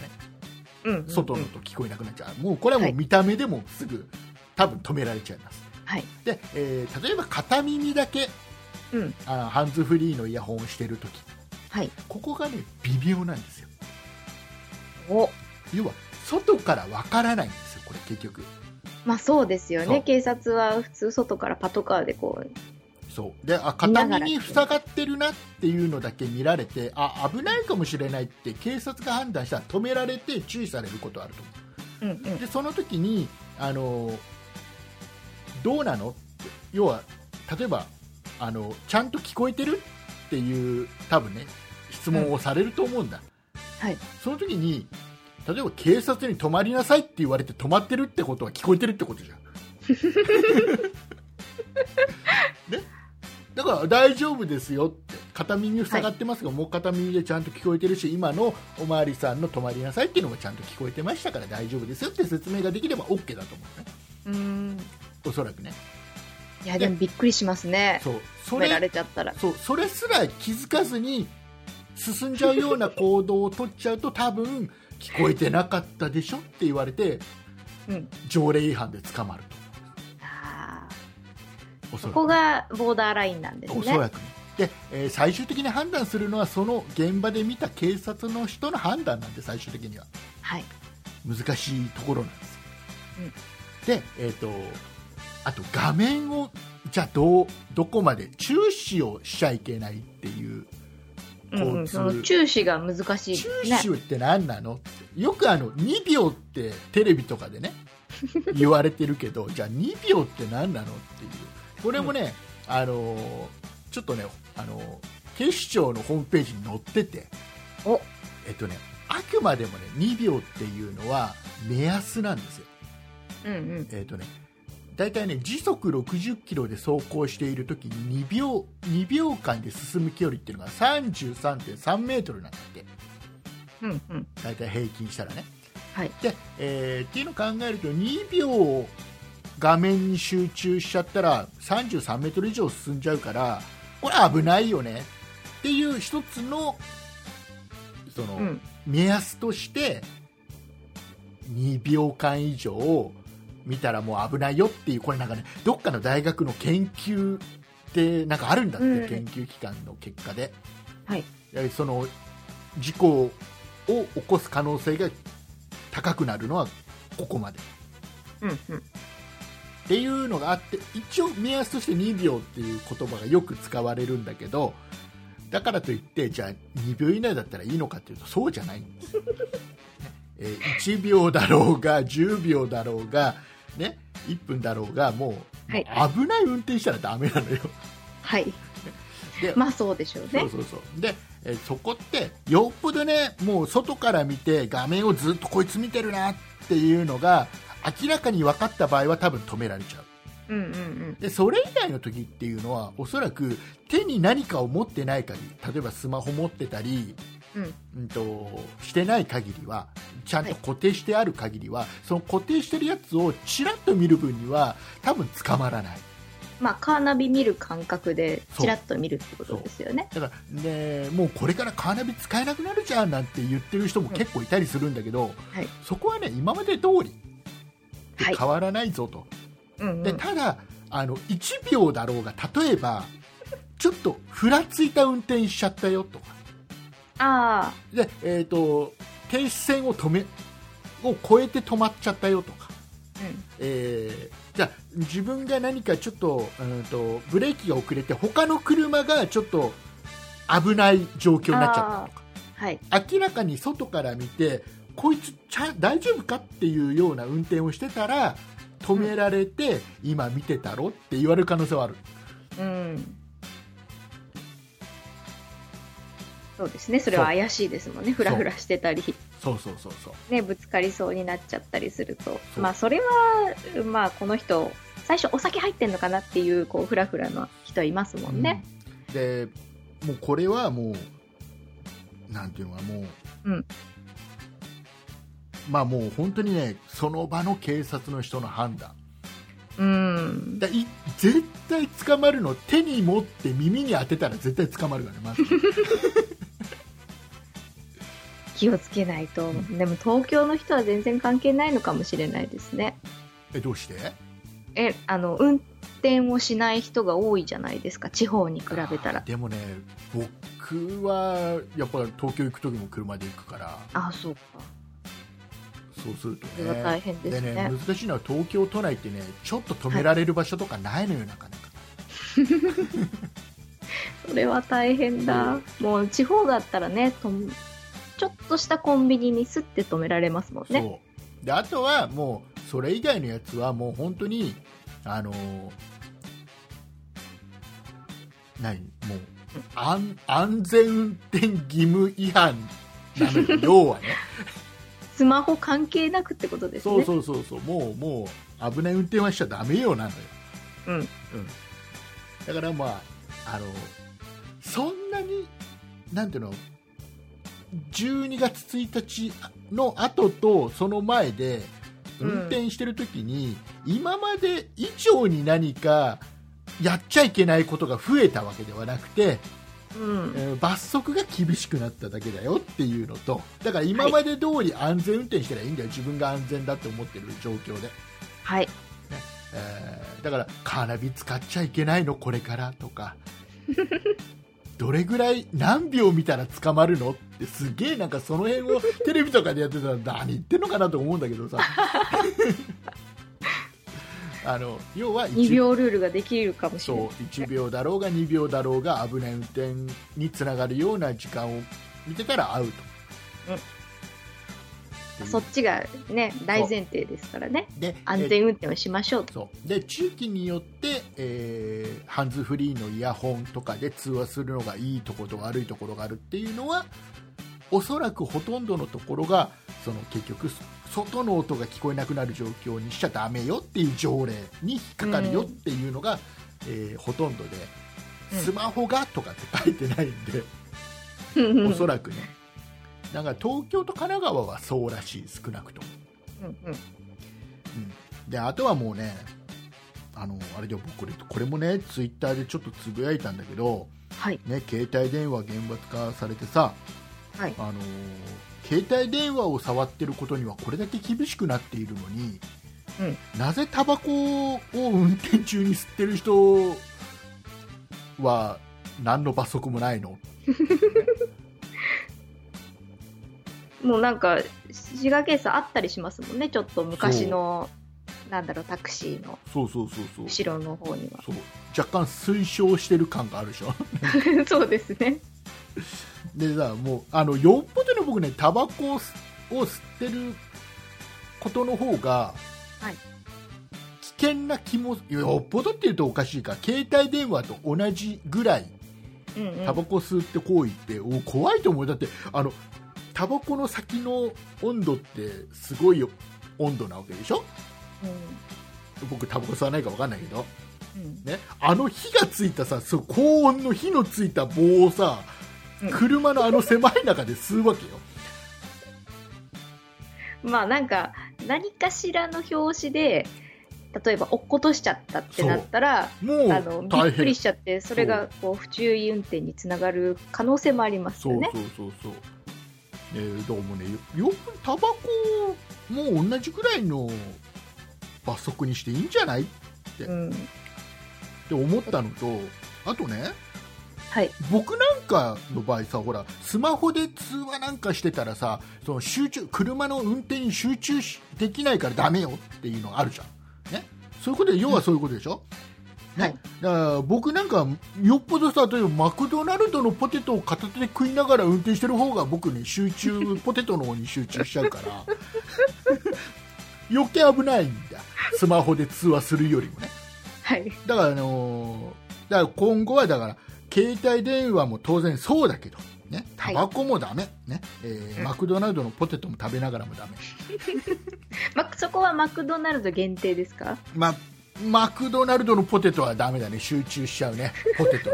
S3: ーうん
S2: 外
S3: う
S2: の
S3: ん
S2: 音聞こえなくなっちゃうもうこれはもう見た目でもすぐ多分止められちゃいます
S3: はい
S2: で、えー例えば片耳だけ
S3: うん
S2: あハンズフリーのイヤホンをしてるとき
S3: はい
S2: ここがね微妙なんですよ
S3: お
S2: 要は外からわからないんですよこれ結局
S3: まあそうですよ
S2: そ
S3: ね
S2: う
S3: 警察は普通外からパトカーでこう
S2: そうであ
S3: 見
S2: 片
S3: ながら
S2: 耳塞がってるなっていうのだけ見られてあ危ないかもしれないって警察が判断したら止められて注意されることあると思
S3: うんう
S2: うんでその時にあのどうなのって要は例えばあのちゃんと聞こえてるっていう多分ね質問をされると思うんだ、
S3: はい
S2: その時に例えば警察に止まりなさいって言われて止まってるってことは聞こえてるってことじゃん。ね、だから大丈夫ですよって片耳塞がってますが、もう片耳でちゃんと聞こえてるし今のおまわりさんの止まりなさいっていうのがちゃんと聞こえてましたから大丈夫ですよって説明ができれば OK だと思うね
S3: うん
S2: おそらくね
S3: いやでもびっくりしますね
S2: そうそ
S3: 止めら
S2: れ
S3: れちゃったら
S2: そうそれすら気づかずに進んじゃうような行動を取っちゃうと多分聞こえてなかったでしょって言われて
S3: うん
S2: 条例違反で捕まる
S3: あー
S2: とおそ
S3: そ
S2: らく
S3: こがボーダーラインなんです
S2: お
S3: ね
S2: そらくねで、えー最終的に判断するのはその現場で見た警察の人の判断なんで最終的には
S3: はい
S2: 難しいところなんですよ、で、えー、とあと画面をじゃあどうどこまで注視をしちゃいけないっていう
S3: うんうん、
S2: 交通
S3: その注視が難しい
S2: 注
S3: ね
S2: 視って何なのってよくあの2秒ってテレビとかで ね言われてるけどじゃあ2秒って何なのっていうこれもね、あのーちょっとね、あのー警視庁のホームページに載ってて
S3: お
S2: えっとねあくまでもね2秒っていうのは目安なんですよ。
S3: うんうん
S2: えーとね、大体ね時速60キロで走行している時に2秒 ,2 秒間で進む距離っていうのが33.3メートルなんだって
S3: うんうん
S2: 大体平均したらね。
S3: はい
S2: でえーっていうのを考えると2秒を画面に集中しちゃったら33メートル以上進んじゃうからこれ危ないよねっていう一つのその、
S3: うん
S2: 目安として2秒間以上見たらもう危ないよっていうこれなんかねどっかの大学の研究ってなんかあるんだって、
S3: うん
S2: 研究機関の結果で
S3: はい
S2: やはりその事故を起こす可能性が高くなるのはここまで
S3: うんうん
S2: っていうのがあって一応目安として2秒っていう言葉がよく使われるんだけどだからといってじゃあ2秒以内だったらいいのかっていうとそうじゃないんですよえー1秒だろうが10秒だろうが、ね、1分だろうがもう
S3: はい
S2: もう危ない運転したらダメなのよ。
S3: はい
S2: で
S3: まあそうでしょう
S2: そ
S3: ね
S2: うそうそうで、えーそこってよっぽどねもう外から見て画面をずっとこいつ見てるなっていうのが明らかに分かった場合は多分止められちゃう。
S3: うんうんうん
S2: でそれ以外の時っていうのはおそらく手に何かを持ってない限り例えばスマホ持ってたり、
S3: うん
S2: としてない限りはちゃんと
S3: はい
S2: 固定してある限りは、その固定してるやつをちらっと見る分には多分捕まらない
S3: まあカーナビ見る感覚で
S2: そう
S3: ちらっと見るってことですよね
S2: だから、ね、もうこれからカーナビ使えなくなるじゃんなんて言ってる人も結構いたりするんだけど、
S3: はい
S2: そこはね今まで通りで
S3: はい
S2: 変わらないぞと、
S3: うんう
S2: で
S3: ん
S2: ただあの1秒だろうが例えばちょっとふらついた運転しちゃったよとか
S3: あ
S2: で、えー、と停止線を止めを越えて止まっちゃったよとか、
S3: ーうん
S2: えーじゃあ自分が何かちょっとうんとブレーキが遅れて他の車がちょっと危ない状況になっちゃったとか
S3: はい
S2: 明らかに外から見てこいつちゃん大丈夫かっていうような運転をしてたら止められて、今見てたろって言われる可能性はある。
S3: うんそうですねそれは怪しいですもんねふらふらしてたり
S2: そうそうそうそう
S3: ね、ぶつかりそうになっちゃったりすると、
S2: そう
S3: まあ、それは、まあ、この人、最初お酒入ってんのかなっていう、こう、ふらふらの人いますもんね。
S2: うんでもうこれはもうなんていうのかなもう、
S3: うん
S2: まあもう本当にねその場の警察の人の判断
S3: うん。
S2: だい絶対捕まるの手に持って耳に当てたら絶対捕まるからね まず
S3: 気をつけないと。
S2: うん
S3: でも、東京の人は全然関係ないのかもしれないですね。
S2: えどうして
S3: え、あの、運転をしない人が多いじゃないですか、地方に比べた
S2: あー
S3: ら。
S2: でもね僕はやっぱ東京行く時も車で行くから
S3: ああ、そうか。
S2: そうすると
S3: それは大
S2: ね
S3: 変です
S2: で
S3: ね。
S2: ね難しいのは東京都内ってねちょっと止められる場所とかないのよ、なかなか
S3: それは大変だ。もう、地方だったらね、とんちょっとしたコンビニにすって止められますもんね。
S2: そうであとはもうそれ以外のやつはもう本当にあのー何もう安安全運転義務違反なのよ要はね
S3: スマホ関係なくってことですね。
S2: そうそうそうそうもうもう危ない運転はしちゃダメよなのよ
S3: うん
S2: だからまああのそんなになんていうの12月1日の後とその前で
S3: うん
S2: 運転してる時に、今まで以上に何かやっちゃいけないことが増えたわけではなくて、
S3: うん、
S2: えー罰則が厳しくなっただけだよっていうのとだから今まで通り安全運転したらいいんだよ、自分が安全だって思ってる状況で、
S3: はい、
S2: えーだからカーナビ使っちゃいけないのこれからとかどれぐらい何秒見たら捕まるのってすげえなんかその辺をテレビとかでやってたら何言ってんのかなと思うんだけどさあの要は
S3: 2
S2: 1秒
S3: 秒ルールができるかもし
S2: そ
S3: れ
S2: う
S3: ない。
S2: 1秒だろうが2秒だろうが危ない運転につながるような時間を見てたらアウト。
S3: うん
S2: っていう
S3: そっちがね、大前提ですからね。
S2: で
S3: 安全運転をしましょうと。
S2: そうで地域によって、えーハンズフリーのイヤホンとかで通話するのがいいところと悪いところがあるっていうのはおそらくほとんどのところがその結局外の音が聞こえなくなる状況にしちゃダメよっていう条例に引っかかるよっていうのが、えーほとんどで、
S3: うん
S2: スマホがとかって書いてないんで、おそらくねなんか東京と神奈川はそうらしい少なくとも
S3: うんうん
S2: であとはもうねあのあれで僕これこれもねツイッターでちょっとつぶやいたんだけど、
S3: はい
S2: ね、携帯電話厳罰化されてさ、
S3: はい
S2: あの携帯電話を触ってることにはこれだけ厳しくなっているのに、なぜタバコを運転中に吸ってる人は何の罰則もないの
S3: もうなんか滋賀県さあったりしますもんねちょっと昔のなんだろうタクシーの
S2: そうそうそうそう
S3: 後ろの方には
S2: そう若干推奨してる感があるでしょ
S3: そうですね
S2: でさもうあのよっぽどの僕ねタバコを吸を吸ってることの方が、
S3: はい
S2: 危険な気もよっぽどっていうとおかしいか携帯電話と同じぐらい
S3: うんうん
S2: タバコ吸うって行為って、お怖いと思うよだってあのタバコの先の温度ってすごいよ温度なわけでしょ
S3: う
S2: 僕タバコ吸わないか分かんないけど、
S3: んうん
S2: ね、あの火がついたさそう高温の火のついた棒をさ
S3: うん
S2: 車のあの狭い中で吸うわけよ
S3: まあなんか何かしらの表紙で例えば落っことしちゃったってなったら
S2: もう
S3: あのび
S2: 大
S3: っくり
S2: 変
S3: しちゃってそれがこう不注意運転につながる可能性もあります
S2: そう
S3: よね。
S2: そうそうそう、えー、どうもねよよくタバコもう同じぐらいの罰則にしていいんじゃないっ
S3: うん、
S2: て思ったのとあとね
S3: はい、
S2: 僕なんかの場合さほらスマホで通話なんかしてたらさその集中車の運転に集中しできないからダメよっていうのあるじゃん、ね、そういうことで要はそういうことでしょ、
S3: うん
S2: ねだから僕なんかよっぽどさ例えばマクドナルドのポテトを片手で食いながら運転してる方が僕ね集中ポテトの方に集中しちゃうから余計危ないんだスマホで通話するよりもね
S3: はい、
S2: だから、あのーだから今後はだから携帯電話も当然そうだけど、ね、
S3: は
S2: タ
S3: い
S2: バコもダメ、ねえー
S3: うん
S2: マクドナルドのポテトも食べながらもダメ、
S3: ま、そこはマクドナルド限定ですか
S2: ま、マクドナルドのポテトはダメだね集中しちゃうねポ テト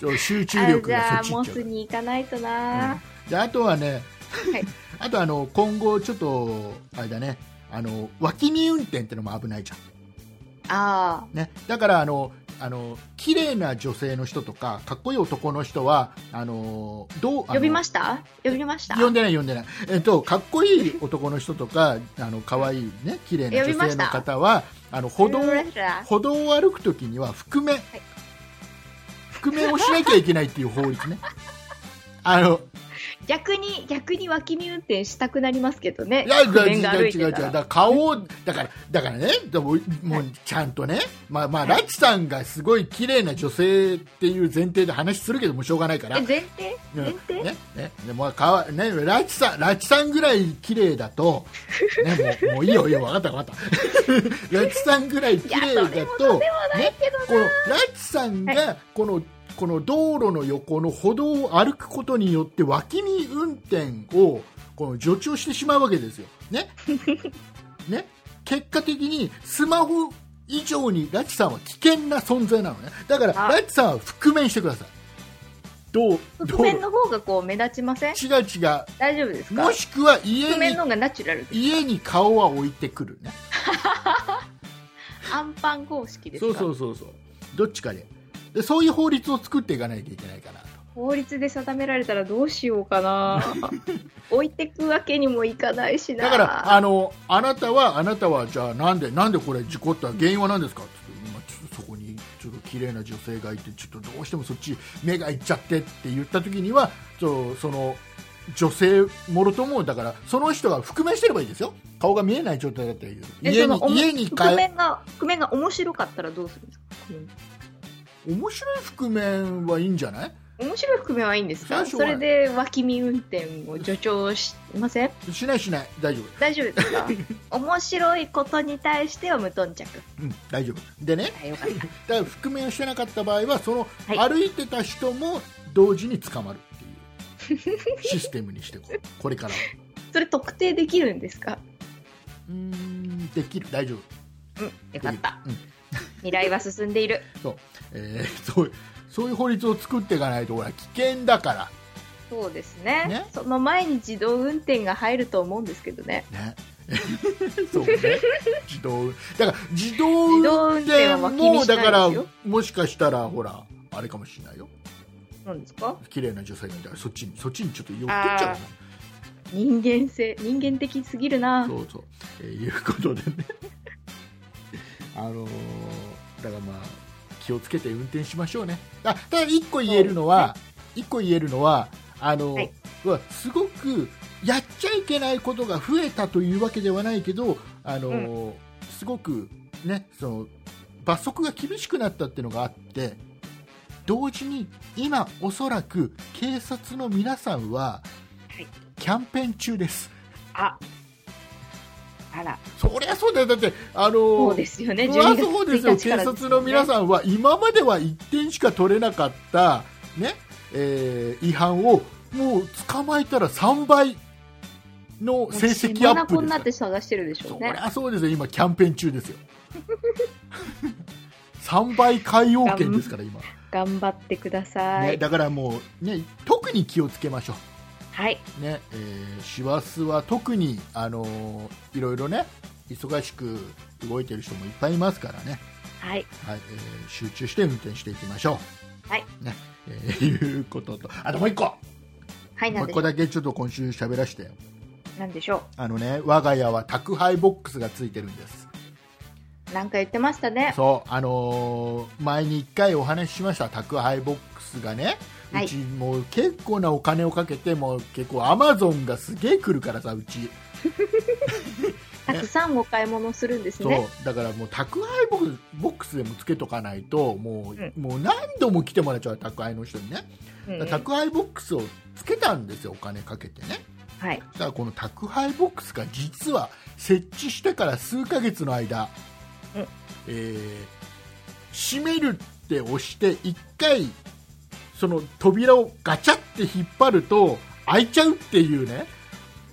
S2: そう集中
S3: あ
S2: 力
S3: じゃ
S2: が
S3: あ
S2: そ
S3: モ
S2: っち行っち
S3: ス
S2: ゃうか
S3: に行かない
S2: ら、う
S3: と
S2: ん
S3: な、
S2: であとはね、
S3: はい
S2: あとあの今後ちょっとあれだねあの脇見運転ってのも危ないじゃん
S3: あ
S2: ね、だからあのあの綺麗な女性の人とかかっこいい男の人はあのどう
S3: あ呼びま
S2: し
S3: した呼びました
S2: 呼んでない呼んでない、えっと、かっこいい男の人とかあの可愛いね綺麗な
S3: 呼びま
S2: 女性
S3: し
S2: の
S3: た
S2: 方はあの歩道
S3: 呼びました
S2: 歩道を歩くときには覆面、覆面をしなきゃいけないっていう法律ねあの
S3: 逆に逆に脇見運転したくなりますけどね
S2: いや、違う
S3: 面
S2: 違
S3: が
S2: う
S3: 歩
S2: 違
S3: いうて
S2: 違う。
S3: たら
S2: だから顔を、だから、だからね、でもも
S3: は
S2: う
S3: い
S2: ちゃんとね、まあまあ、ラチさんがすごい綺麗な女性っていう前提で話するけどもしょうがないから。
S3: え前提
S2: うん
S3: 前提、
S2: ね、ね、でもかわ、ね、ラチさん、ラチさんぐらい綺麗だと、ね、もう、もういいよ、いいよ、わかったわか った。ラチさんぐらい綺
S3: いや
S2: 麗
S3: そ
S2: だ
S3: れも
S2: と、
S3: とでもないけどな、
S2: このラチさんがこの,、この道路の横の歩道を歩くことによって脇見運転をこの助長してしまうわけですよ。 ねね結果的にスマホ以上にラチさんは危険な存在なのね。だから
S3: あ
S2: ラチさんは覆面してください。どうど
S3: 覆
S2: う違う
S3: 面の方がこう目立ちません
S2: 違う。
S3: 大丈夫ですか
S2: もしくは
S3: 覆
S2: 家
S3: 面
S2: に
S3: の方がナチュラルです
S2: 家に顔は置いてくるね。
S3: アンパン公式です
S2: そう
S3: か
S2: そうそうそう。どっちかで。でそういう法律を作っていかないといけないかなと。
S3: 法律で定められたらどうしようか な置いてくわけにもいかないしな
S2: だからあのあなたはあなたはじゃあなんでなんでこれ事故った原因は何ですかって言って今ちょっとそこにちょっと綺麗な女性がいてちょっとどうしてもそっち目がいっちゃってって言った時にはちょその女性もろともだからその人が覆面してればいいですよ顔が見えない状態だったらいいよ
S3: え
S2: 家
S3: そ
S2: に
S3: のおも
S2: 家に
S3: 覆
S2: 変え
S3: 面が覆面が面白かったらどうするんですか
S2: 面白い覆面はいいんじゃない
S3: 面白い覆面はいいんです
S2: それは
S3: か
S2: しょう
S3: そ
S2: がない
S3: れで脇見運転を助長しません
S2: しないしない大丈夫
S3: 大丈夫で すか面白いことに対しては無頓着
S2: うん大丈夫でね
S3: あよかった
S2: だから覆面をしてなかった場合はその
S3: は
S2: 歩いてた人も同時に捕まるっていうシステムにしてい こうこれからは
S3: それ特定できるんですか
S2: うーんできる大丈夫
S3: うんよかった
S2: できる
S3: 未来は進んでいる
S2: うんえーそうそういう法律を作っていかないとほら危険だか
S3: そうですね
S2: ね
S3: その前に自動運転が入ると思うんですけどね
S2: らねそう ね自動運だから自動運
S3: 自動運転
S2: 転
S3: は気に
S2: も
S3: しな
S2: だ
S3: いで
S2: か
S3: す
S2: ら
S3: よ
S2: もしかしたらほらあれかもしれないよ
S3: なんですか
S2: 綺麗な女性がいたらそっちにそっちにちょっと寄ってっちゃうか
S3: 人間性人間的すぎる
S2: な
S3: な
S2: そうそう、えーいうことでね あのーだからまあ気をつけて運転しましょうねあただ一個言えるのは一個言えるのはあのー
S3: はいう
S2: わすごくやっちゃいけないことが増えたというわけではないけどあのーすごくねその罰則が厳しくなったっていうのがあって同時に今おそらく警察の皆さんは
S3: はい
S2: キャンペーン中です
S3: ああら
S2: そりゃそうだよだってあの
S3: そう
S2: ー
S3: ですよね
S2: そりゃ
S3: 12月
S2: そうですよ、
S3: 1日から
S2: 警察の皆
S3: ん
S2: さんは今までは1点しか取れなかった、ねえー違反をもう捕まえたら3倍の成績アップ
S3: こ
S2: で
S3: ん
S2: すか
S3: なっ
S2: ら
S3: て探してるでしょ
S2: そうり
S3: ね
S2: ゃそうですよ、今、キャンペーン中ですよ。3倍海洋券ですから、今、
S3: 頑張ってくださ
S2: ね、
S3: い、
S2: だからもう、ね、特に気をつけましょ
S3: はい、
S2: う、ねえー、師走は特に、あのーいろいろね、忙しく動いてる人もいっぱいいますからね、
S3: はい、
S2: はいえー集中して運転していきましょう。
S3: はい
S2: ねえーいうことと、あともう一個、
S3: はい、な
S2: も
S3: ん
S2: う
S3: で
S2: 一
S3: しょ
S2: 個
S3: う
S2: だけちょっと今週喋らせて、
S3: なんでしょ
S2: あのね、我が家は宅配ボックスがついてるんです。
S3: うなんか言ってましたね
S2: そう、あのー前に1回お話ししました宅配ボックスがね、
S3: はいう
S2: ちもう結構なお金をかけてもう結構アマゾンがすげえ来るからさうち、
S3: たくさんお買い物するんです
S2: そう
S3: ね
S2: だからもう宅配ボックスボックスでもつけとかないともう,、
S3: うん
S2: もう何度も来てもらっちゃう宅配の人にね、
S3: うんうん
S2: 宅配ボックスをつけたんですよお金かけてね
S3: はい
S2: だからこの宅配ボックスが実は設置してから数ヶ月の間、
S3: うん
S2: えー閉めるって押して1回その扉をガチャって引っ張ると開いちゃうっていうね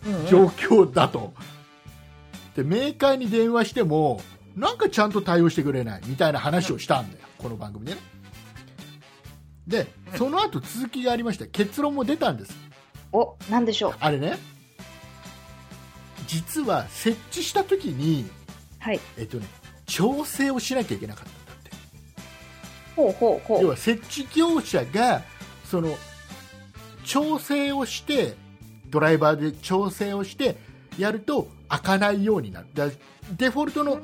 S3: うんうん
S2: 状況だと、でメーカーに電話してもなんかちゃんと対応してくれないみたいな話をしたんだよ、この番組でねで
S3: うん
S2: その後続きがありまして結論も出たんです
S3: おなんでしょう
S2: あれね、実は設置したときに、
S3: はい
S2: えっとね、調整をしなきゃいけなかったんだっ
S3: ほうほうほ
S2: て、要
S3: う
S2: は設置業者がその調整をして、ドライバーで調整をして、やると開かないようになる、だデフォルト
S3: うん
S2: の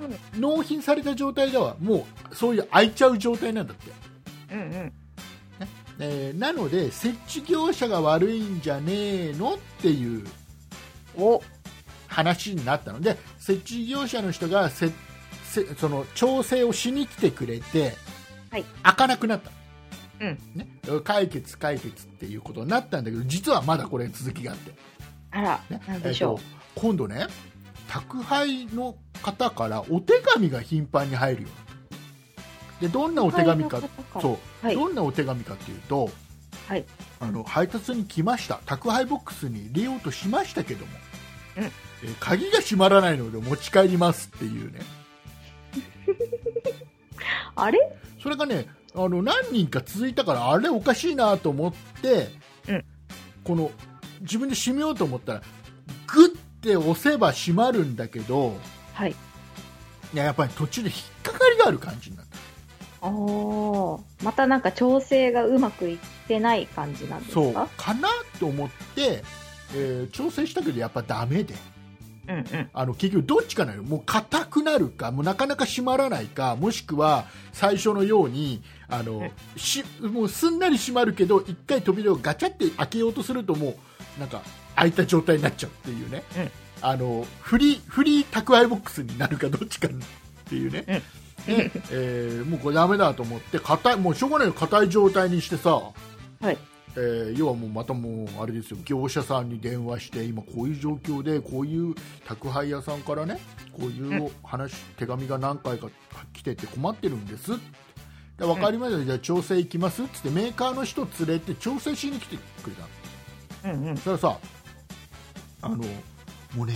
S2: 納品された状態では、もうそういう開いちゃう状態なんだって。
S3: うんうん
S2: えーなので設置業者が悪いんじゃねえのっていう
S3: お
S2: 話になったので設置業者の人がせせその調整をしに来てくれて、
S3: はい
S2: 開かなくなった、
S3: うん
S2: ね、解決解決っていうことになったんだけど実はまだこれ続きがあって、
S3: あら
S2: ね
S3: なんでしょう
S2: えーと今度ね宅配の方からお手紙が頻繁に入るようになったでどんなお手紙か
S3: 宅配の方から
S2: そう
S3: はい
S2: どんなお手紙かっていうと、
S3: はい
S2: あの配達に来ました宅配ボックスに入れようとしましたけども、
S3: うん
S2: えー鍵が閉まらないので持ち帰りますっていうね
S3: あれ
S2: それがねあの何人か続いたからあれおかしいなと思って、
S3: うん
S2: この自分で閉めようと思ったらグッて押せば閉まるんだけど
S3: はい
S2: いややっぱり途中で引っかかりがある感じになった
S3: おーまたなんか調整がうまくいってない感じなんです
S2: そう
S3: か
S2: かなと思って、えー調整したけどやっぱダメで。
S3: うんうん
S2: あの結局どっちかなのよもう硬くなるかもうなかなか閉まらないかもしくは最初のようにあの、
S3: はい
S2: しもうすんなり閉まるけど一回扉をガチャって開けようとするともうなんか開いた状態になっちゃうっていうね、
S3: うん
S2: あのフリーフリー宅配ボックスになるかどっちかっていうね、
S3: うん
S2: ねえーもうこれダメだと思って硬いもうしょうがないよ硬い状態にしてさ、
S3: はい
S2: えー要はもうまたもうあれですよ業者さんに電話して今こういう状況でこういう宅配屋さんからねこういうお話、手紙が何回か来てて困ってるんですで分かりました、じゃあ調整行きますっつってメーカーの人連れて調整しに来てくれたの
S3: うんうん。
S2: そしたらさあのもうね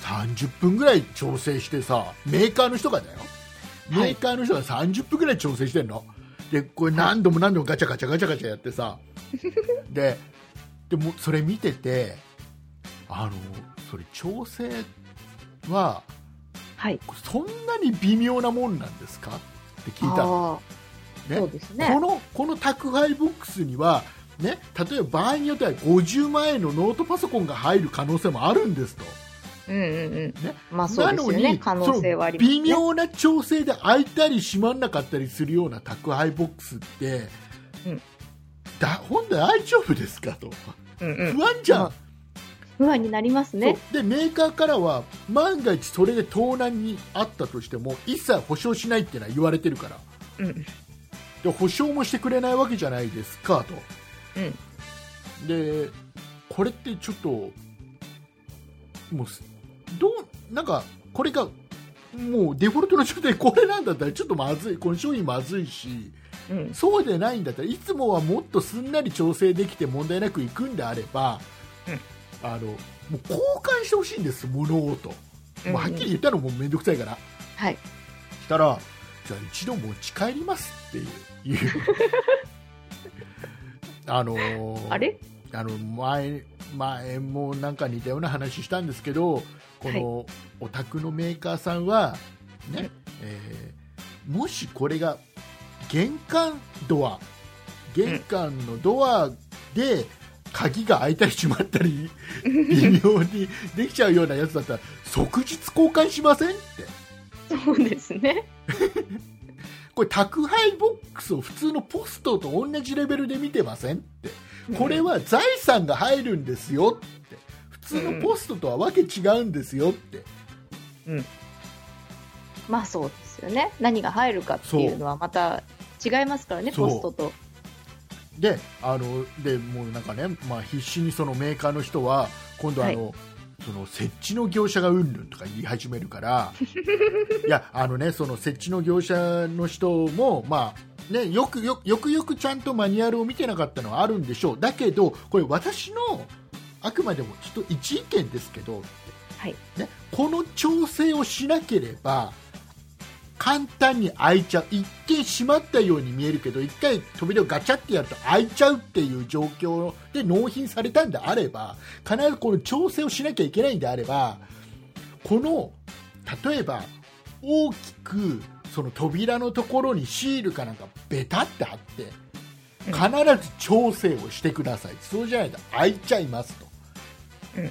S2: 30分ぐらい調整してさメーカーの人がだよメ
S3: はい
S2: ーカーの人が30分ぐらい調整してんのでこれ何度も何度もガチャガチャガチャガチャやって さででもそれ見ててあのそれ調整は
S3: はい。
S2: そんなに微妙なもんなんですかって聞いたの
S3: ああ、
S2: ね
S3: そうですね
S2: こ。のこの宅配ボックスには、ね、例えば場合によっては50万円のノートパソコンが入る可能性もあるんですと、
S3: うんうんうん。
S2: ね
S3: まあそうです
S2: な
S3: よ
S2: の
S3: ね。
S2: に
S3: 可能性はあります、ね。
S2: 微妙な調整で開いたり閉まんなかったりするような宅配ボックスって、
S3: うん
S2: だ本来大丈夫ですかと
S3: うんう
S2: 不
S3: ん。
S2: 安じゃん、
S3: うん不安になりますね。
S2: そうでメーカーからは万が一それで盗難にあったとしても一切保証しないってのは言われてるから。
S3: うん。
S2: で保証もしてくれないわけじゃないですかと、でこれってちょっともうすどうなんかこれがもうデフォルトの状態これなんだったらちょっとまずいこの商品まずいし
S3: うん。
S2: そうでないんだったらいつもはもっとすんなり調整できて問題なくいくんであれば、あのもう交換してほしいんです物をと、もうはっきり言ったのも面倒くさいから
S3: はい。
S2: したら、じゃあ一度持ち帰りますっていう。 あのー
S3: あれ
S2: あの前前もなんか似たような話したんですけどこのお宅のメーカーさんは、ね
S3: うん
S2: えーもしこれが玄関ドア玄関のドアで鍵が開いたり閉まったり微妙にできちゃうようなやつだったら即日交換しませんって
S3: そうですね。
S2: これ宅配ボックスを普通のポストと同じレベルで見てませんってこれは財産が入るんですよって普通のポストとはわけ違うんですよって
S3: まあそうですよね。何が入るかっていうのはまた違いますからね、
S2: そう
S3: ポストと。
S2: であのでもうなんかね、まあ、必死にそのメーカーの人は今度あの、その設置の業者がうんぬんとか言い始めるから いやあの、ね、その設置の業者の人も、まあね、よくよよくよくちゃんとマニュアルを見てなかったのはあるんでしょうだけどこれ私のあくまでもちょっと一意見ですけど、
S3: はい
S2: ね、この調整をしなければ簡単に開いちゃう一見閉まったように見えるけど一回扉をガチャってやると開いちゃうっていう状況で納品されたんであれば必ずこの調整をしなきゃいけないんであればこの例えば大きくその扉のところにシールかなんかベタって貼って必ず調整をしてください、そうじゃないと開いちゃいますと、
S3: うん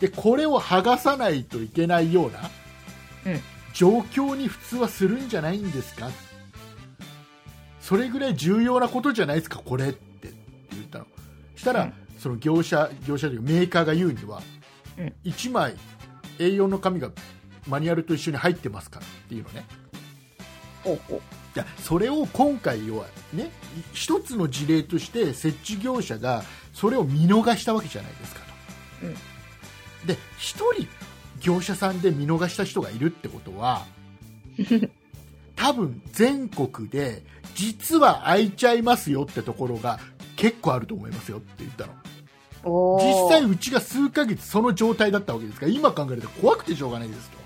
S2: でこれを剥がさないといけないような
S3: うん
S2: 状況に普通はするんじゃないんですかそれぐらい重要なことじゃないですかこれってって言ったのしたら、
S3: うん
S2: その業者業者というかメーカーが言うには、
S3: うん
S2: 1枚 A4 の紙がマニュアルと一緒に入ってますからっていうのね
S3: ほうほう
S2: いやそれを今回要は、ね、一つの事例として設置業者がそれを見逃したわけじゃないですかと、
S3: うん
S2: で一人業者さんで見逃した人がいるってこと は多分全国で実は空いちゃいますよってところが結構あると思いますよって言ったの
S3: おー
S2: 実際うちが数ヶ月その状態だったわけですから今考えると怖くてしょうがないですと、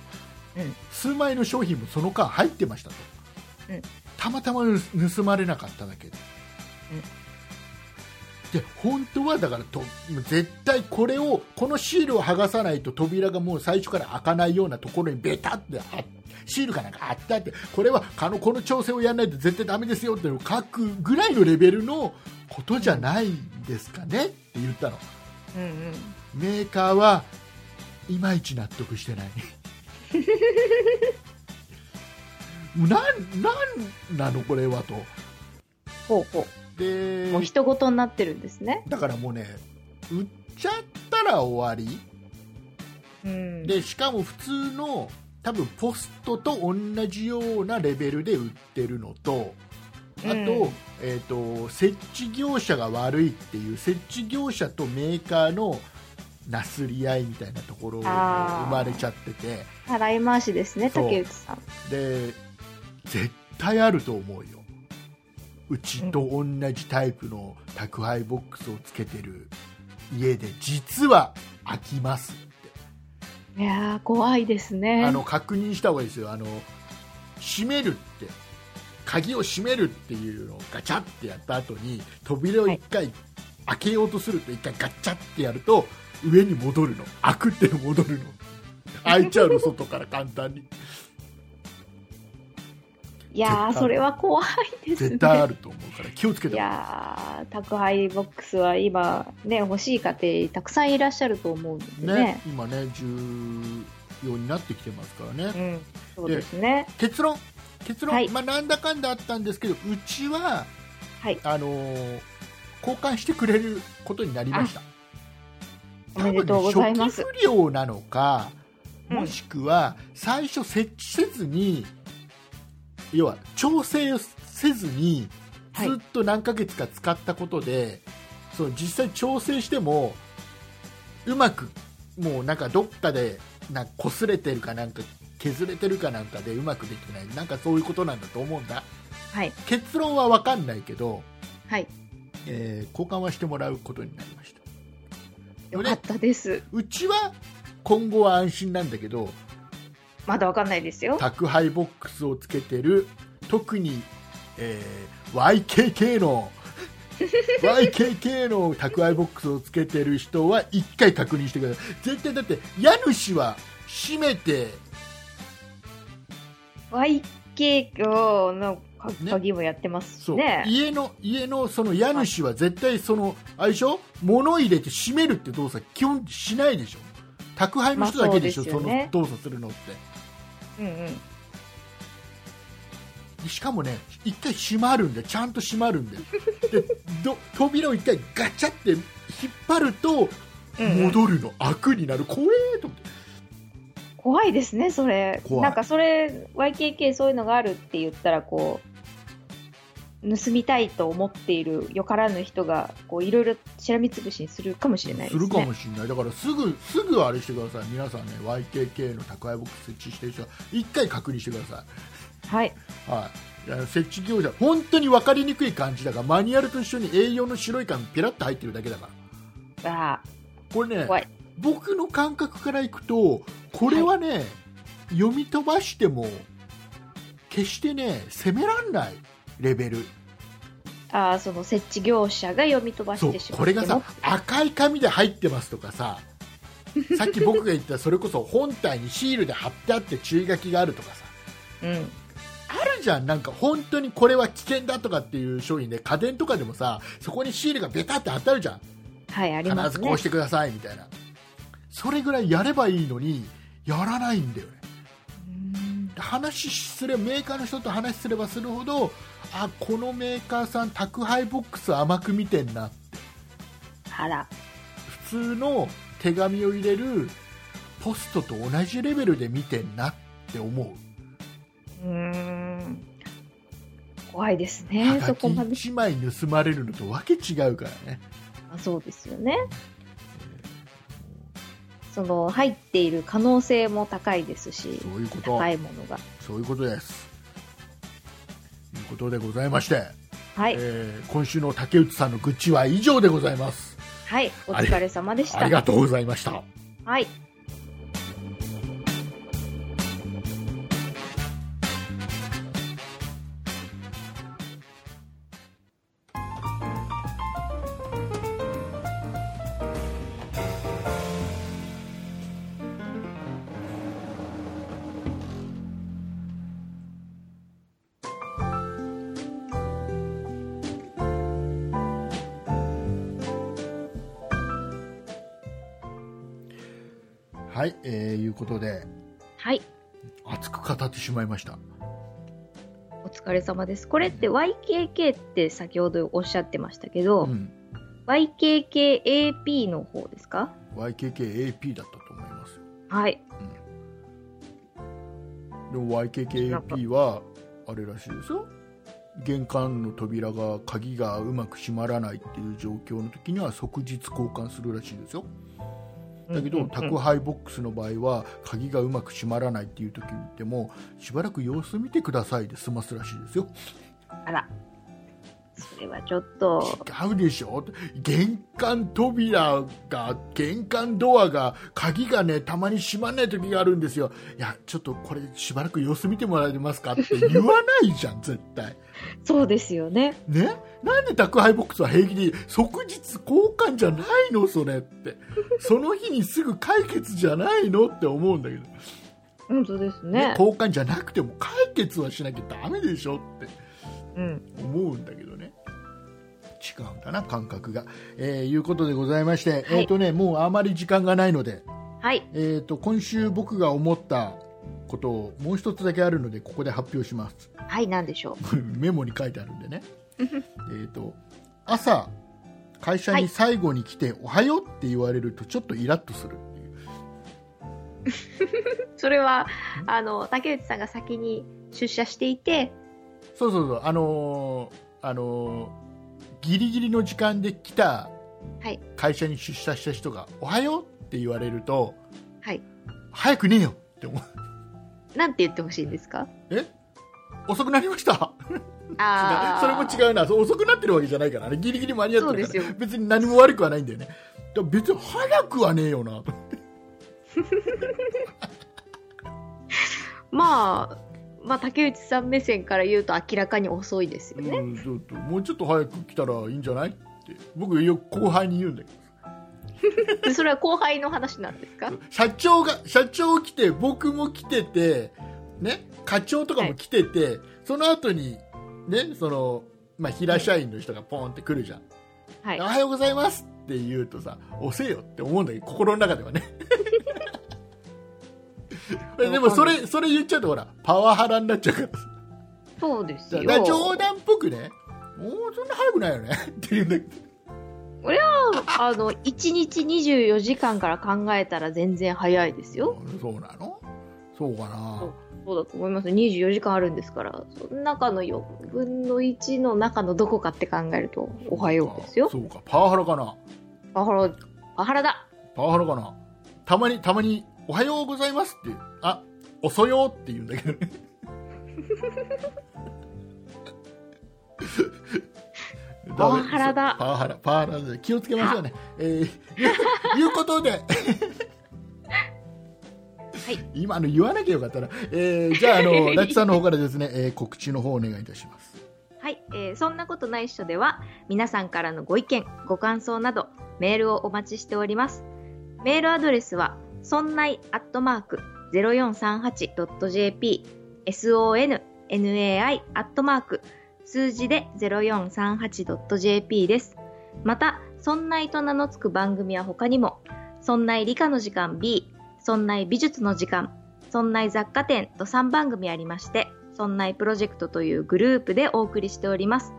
S3: うん
S2: 数枚の商品もその間入ってましたと、
S3: うん
S2: たまたま盗まれなかっただけで、で本当はだからと絶対これをこのシールを剥がさないと扉がもう最初から開かないようなところにベタって貼っシールかなんか貼ってあってこれはあのこの調整をやらないと絶対ダメですよっていうのを書くぐらいのレベルのことじゃないんですかねって言ったの。
S3: うんうん。
S2: メーカーはいまいち納得してない なんなんなのこれはと
S3: ほうほ
S2: で
S3: う。もう人事になってるんですね。
S2: だからもうね売っちゃったら終わ
S3: うん
S2: り。でしかも普通の多分ポストと同じようなレベルで売ってるのとあと,、
S3: うん
S2: えー、と設置業者が悪いっていう設置業者とメーカーのなすり合いみたいなところが生まれちゃってて。
S3: たらい回しですね、
S2: そう
S3: 竹内さん。
S2: で絶対あると思うようちと同じタイプの宅配ボックスをつけてる家で実は開きます
S3: いやー怖いですね
S2: あの確認した方がいいですよあの閉めるって鍵を閉めるっていうのをガチャってやった後に扉を1回開けようとすると1回ガチャってやると上に戻るの開くって戻るの開いちゃうの外から簡単に
S3: いやー
S2: 絶対
S3: それは怖いですね
S2: 絶対あると思うから気をつけ
S3: い
S2: て
S3: やー宅配ボックスは今ね欲しい家庭たくさんいらっしゃると思うんです
S2: ね
S3: ね
S2: ね今ね重要になってきてますからね、
S3: うんそうですね
S2: 結論結論、
S3: はい
S2: まあなんだかんだあったんですけどうちは、
S3: はい
S2: あのー交換してくれることになりました
S3: おめでとうございます
S2: 多分初期不良なのか
S3: うん
S2: もしくは最初設置せずに、要は調整をせずに
S3: はい
S2: ずっと何ヶ月か使ったことで、その実際調整してもうまくもうなんかどっかでなんか擦れてるかなんか削れてるかなんかでうまくできないなんかそういうことなんだと思うんだ
S3: はい
S2: 結論は分かんないけど、
S3: はい
S2: えー交換はしてもらうことになりました
S3: よかったです
S2: うちは今後は安心なんだけど
S3: まだわかんないですよ
S2: 宅配ボックスをつけてる特に、えー YKK の YKK の宅配ボックスをつけてる人は1回確認してください絶対だって家主は閉めて
S3: YK の
S2: ね
S3: 鍵もやってますし
S2: そう、
S3: ね
S2: 家の家のその家主は絶対そのあれでしょ物入れて閉めるって動作基本しないでしょ宅配の人だけでしょ、
S3: まあそうですよね
S2: その動作するのって
S3: うんうん
S2: しかもね、一回閉まるんだよ、ちゃんと閉まる んだよ、でど扉を一回ガチャって引っ張ると、
S3: うんうん
S2: 戻るの、悪になる、怖えと思って、
S3: 怖いですねそれ
S2: 怖い
S3: なんかそれ YKK そういうのがあるって言ったらこう盗みたいと思っているよからぬ人がこういろいろしらみつぶしにするかもしれないです
S2: するか
S3: ね
S2: もしれない、だからすぐすぐあれしてください、皆さんね、YKK の宅配ボックス設置してる人は、一回確認してくださ
S3: はい
S2: い、はい、あの設置業者、本当に分かりにくい感じだから、マニュアルと一緒に A4 の白い紙、ピラッと入ってるだけだから、
S3: あ
S2: これね
S3: 怖い、
S2: 僕の感覚からいくと、これはね、読み飛ばしても、決してね、攻めらんないレベル、
S3: ーあーその設置業者が読み飛ば
S2: そ
S3: し
S2: う
S3: てしまっても
S2: これがさ、赤い紙で入ってますとか さ、さっき僕が言った、それこそ本体にシールで貼ってあって注意書きがあるとかさ、
S3: うん、
S2: あるじゃん、なんか本当にこれは危険だとかっていう商品で、家電とかでもさ、そこにシールがベタって貼ってあるじゃん。
S3: はいありま
S2: 必ず
S3: す
S2: こ
S3: ね
S2: うしてくださいみたいなそれぐらいやればいいのにやらないんだよね
S3: うん
S2: 話すればメーカーの人と話すればするほどあこのメーカーさん宅配ボックス甘く見てんな
S3: あら
S2: 普通の手紙を入れるポストと同じレベルで見てんなって思う
S3: うーん怖いです
S2: は
S3: ね
S2: が
S3: そ
S2: き
S3: こまで
S2: 1枚盗まれるのとわけ違うからね
S3: あそうですよねその入っている可能性も高いですし
S2: そういうこと
S3: 高いものが
S2: そういうことですということでございまして
S3: はい、
S2: えー今週の竹内さんの愚痴は以上でございます
S3: はい、お疲れ様でし
S2: あ
S3: た
S2: り。がとうございました
S3: はい、
S2: はい、えー、いうことで
S3: はい、
S2: 熱く語ってしまいました
S3: お疲れ様です。これって YKK って先ほどおっしゃってましたけど、
S2: うん
S3: YKKAP の方ですか
S2: YKKAP だったと思います
S3: はい、
S2: でも YKKAP はあれらしいですよ玄関の扉が鍵がうまく閉まらないっていう状況の時には即日交換するらしいですよだけ
S3: う
S2: ど
S3: んうんうん
S2: 宅配ボックスの場合は鍵がうまく閉まらないっていう時にでもしばらく様子見てくださいで済ますらしいですよ
S3: あら、そそれはちょっと
S2: 違うでしょ玄関扉が玄関ドアが鍵がねたまに閉まんない時があるんですよいやちょっとこれしばらく様子見てもらえますかって言わないじゃん絶対
S3: そうですよね
S2: ねなんで宅配ボックスは平気に即日交換じゃないのそれってその日にすぐ解決じゃないのって思うんだけど、ね
S3: 本当ですね
S2: 交換じゃなくても解決はしなきゃダメでしょって
S3: うん
S2: 思うんだけどね違うんだな感覚が、えーいうことでございまして、えっ、とねもうあまり時間がないので、
S3: はい
S2: えー、と今週僕が思ったことをもう一つだけあるのでここで発表します
S3: はいなんでしょ
S2: メモに書いてあるんでね
S3: う
S2: えっと朝会社に最後に来て「おはよう」って言われるとちょっとイラッとするっていう
S3: それはあの竹内さんが先に出社していて
S2: そうそうそうあのーあのーギリギリの時間で来た
S3: はい
S2: 会社に出社した人が「おはよう」って言われると
S3: はい
S2: 早くねえよって思う
S3: なんて言ってほしいんですか
S2: え遅くなりました
S3: ああ
S2: それも違うなそう遅くなってるわけじゃないからねギリギリ間に合ってるか
S3: そうで
S2: ら
S3: すよ
S2: 別に何も悪くはないんだよねだから別に早くはねえよなと
S3: まあまあ竹内さん目線から言うと明らかに遅いですよね、
S2: うんちょっともうちょっと早く来たらいいんじゃないって僕よく後輩に言うんだけど
S3: でそれは後輩の話なんですか
S2: 社長が社長来て僕も来ててね課長とかも来てて、その後にねそのまあ平社員の人がポーンって来るじゃん、
S3: はい
S2: おはようございますって言うとさ遅えよって思うんだけど心の中で はねでもそれそれ言っちゃうとほらパワハラになっちゃうからさ
S3: そうです
S2: だ
S3: よ
S2: から冗談っぽくねもうそんな早くないよねっていうんだけど
S3: あの1日24時間から考えたら全然早いですよ
S2: そうなのそうかな
S3: そうだと思います24時間あるんですからその中の4分の1の中のどこかって考えるとおはようですよ
S2: そうかパワハラかな
S3: パワハラパワハラだ
S2: パワハラかなたまにたまに「おはようございます」ってあ遅よって言うんだけど ね
S3: パワハラだ
S2: メそうパワハラパワハラで気をつけましょうねえー いうことで
S3: い
S2: 今の言わなきゃよかったな、えーじゃああ のラッチさんの方からですね、えー告知の方お願いいたします
S3: はい、えーそんなことないっしょでは皆さんからのご意見ご感想などメールをお待ちしておりますメールアドレスはそんないアットマーク 0438.jp sonnai アットマーク数字で 0438.jp ですまた「そんない」と名の付く番組は他にも「そんない理科の時間 B」「そんない美術の時間」そんない雑貨店と3番組ありまして、そんないプロジェクトというグループでお送りしております。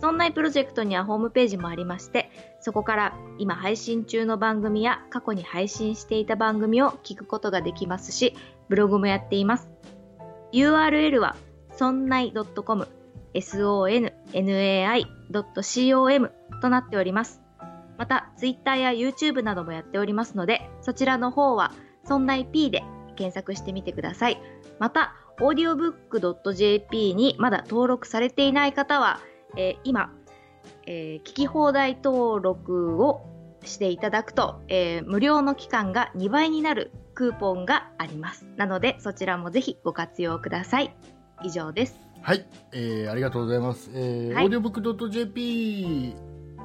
S3: そんないプロジェクトにはホームページもありまして、そこから今配信中の番組や過去に配信していた番組を聞くことができますし、ブログもやっています。URL はそんない .com、sonnai.com となっております。また、Twitter や YouTube などもやっておりますので、そちらの方はそんない P で検索してみてください。また、audiobook.jp にまだ登録されていない方は、えー今、えー聞き放題登録をしていただくと、えー無料の期間が2倍になるクーポンがあります。なので、そちらもぜひご活用ください。以上です。
S2: はい、えーありがとうございます。えー
S3: はい
S2: オーディオブックドット JP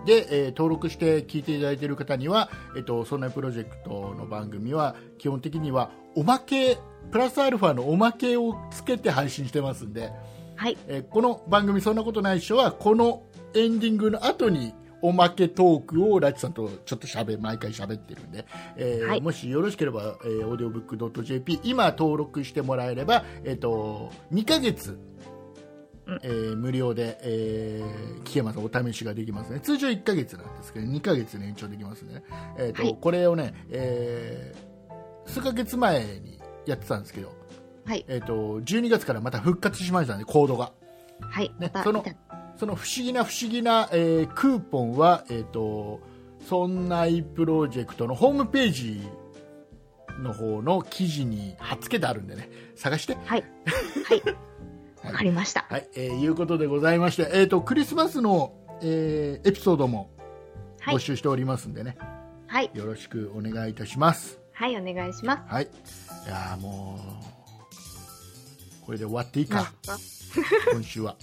S2: で、えー登録して聞いていただいている方には、えっと、そんなプロジェクトの番組は、基本的には、おまけ、プラスアルファのおまけをつけて配信してますんで、
S3: はい。
S2: えーこの番組、そんなことないっしょは、このエンディングの後に、おまけトークをラチさんとちょっとしゃべ毎回喋ってるんで、えー
S3: はい
S2: もしよろしければ、えー、オーディオブックドット JP 今登録してもらえれば、えっと2ヶ月、
S3: うん
S2: えー無料で、えー聞けますお試しができますね通常1ヶ月なんですけど2ヶ月で延長できますね、えーと
S3: はい
S2: これをね、えー数ヶ月前にやってたんですけど、
S3: はい。
S2: えー、と12月からまた復活しましたねコードが。
S3: はい。ま
S2: ね
S3: た、
S2: その
S3: 見た
S2: その不思議な不思議な、えークーポンは、えー、とそんないプロジェクトのホームページの方の記事に貼っつけてあるんでね探して
S3: はい。はい。わかりました。
S2: はい、えーいうことでございまして、えっ、と、クリスマスの、えーエピソードも
S3: はい
S2: 募集しておりますんでね、
S3: はい、
S2: よろしくお願いいたします。
S3: はい、お願いします。
S2: はい。いやーもう、これで終わっていい
S3: なん
S2: か、
S3: か
S2: 今週は。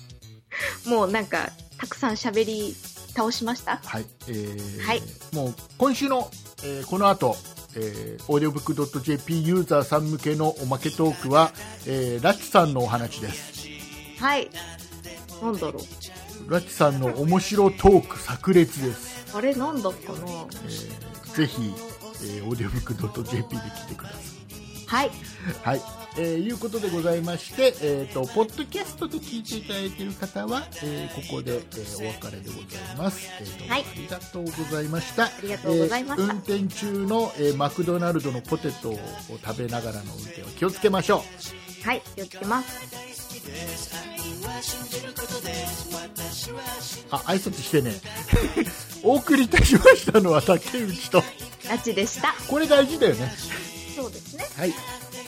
S3: もうなんか、たくさん喋り倒しました。
S2: はい。えー
S3: はい
S2: もう、今週の、えーこの後、えー、audiobook.jp ユーザーさん向けのおまけトークは、えーラッチさんのお話です。
S3: はい。なんだろう。
S2: ラッチさんの面白トーク炸裂です。
S3: あれ、なんだったかな
S2: えーぜひ、えー、audiobook.jp で聞いてくださ
S3: はい。
S2: い。はい。えーいうことでございまして、えっ、と、ポッドキャストで聞いていただいている方は、えーここで、えーお別れでございます。えーどうも
S3: はい
S2: ありがとうございました。あ
S3: りがとうございました
S2: 運転中の、えーマクドナルドのポテトを食べながらの運転は気をつけましょ
S3: はい、気をつけます。
S2: う。あ、挨拶して ね。お送りいたしましたのは竹内と。
S3: ラチでした。
S2: これ大事だよね。
S3: そうですね。
S2: はい。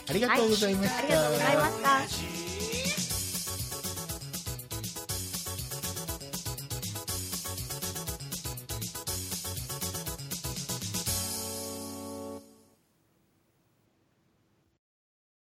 S2: ありがとうございました。
S3: ありがとうございました。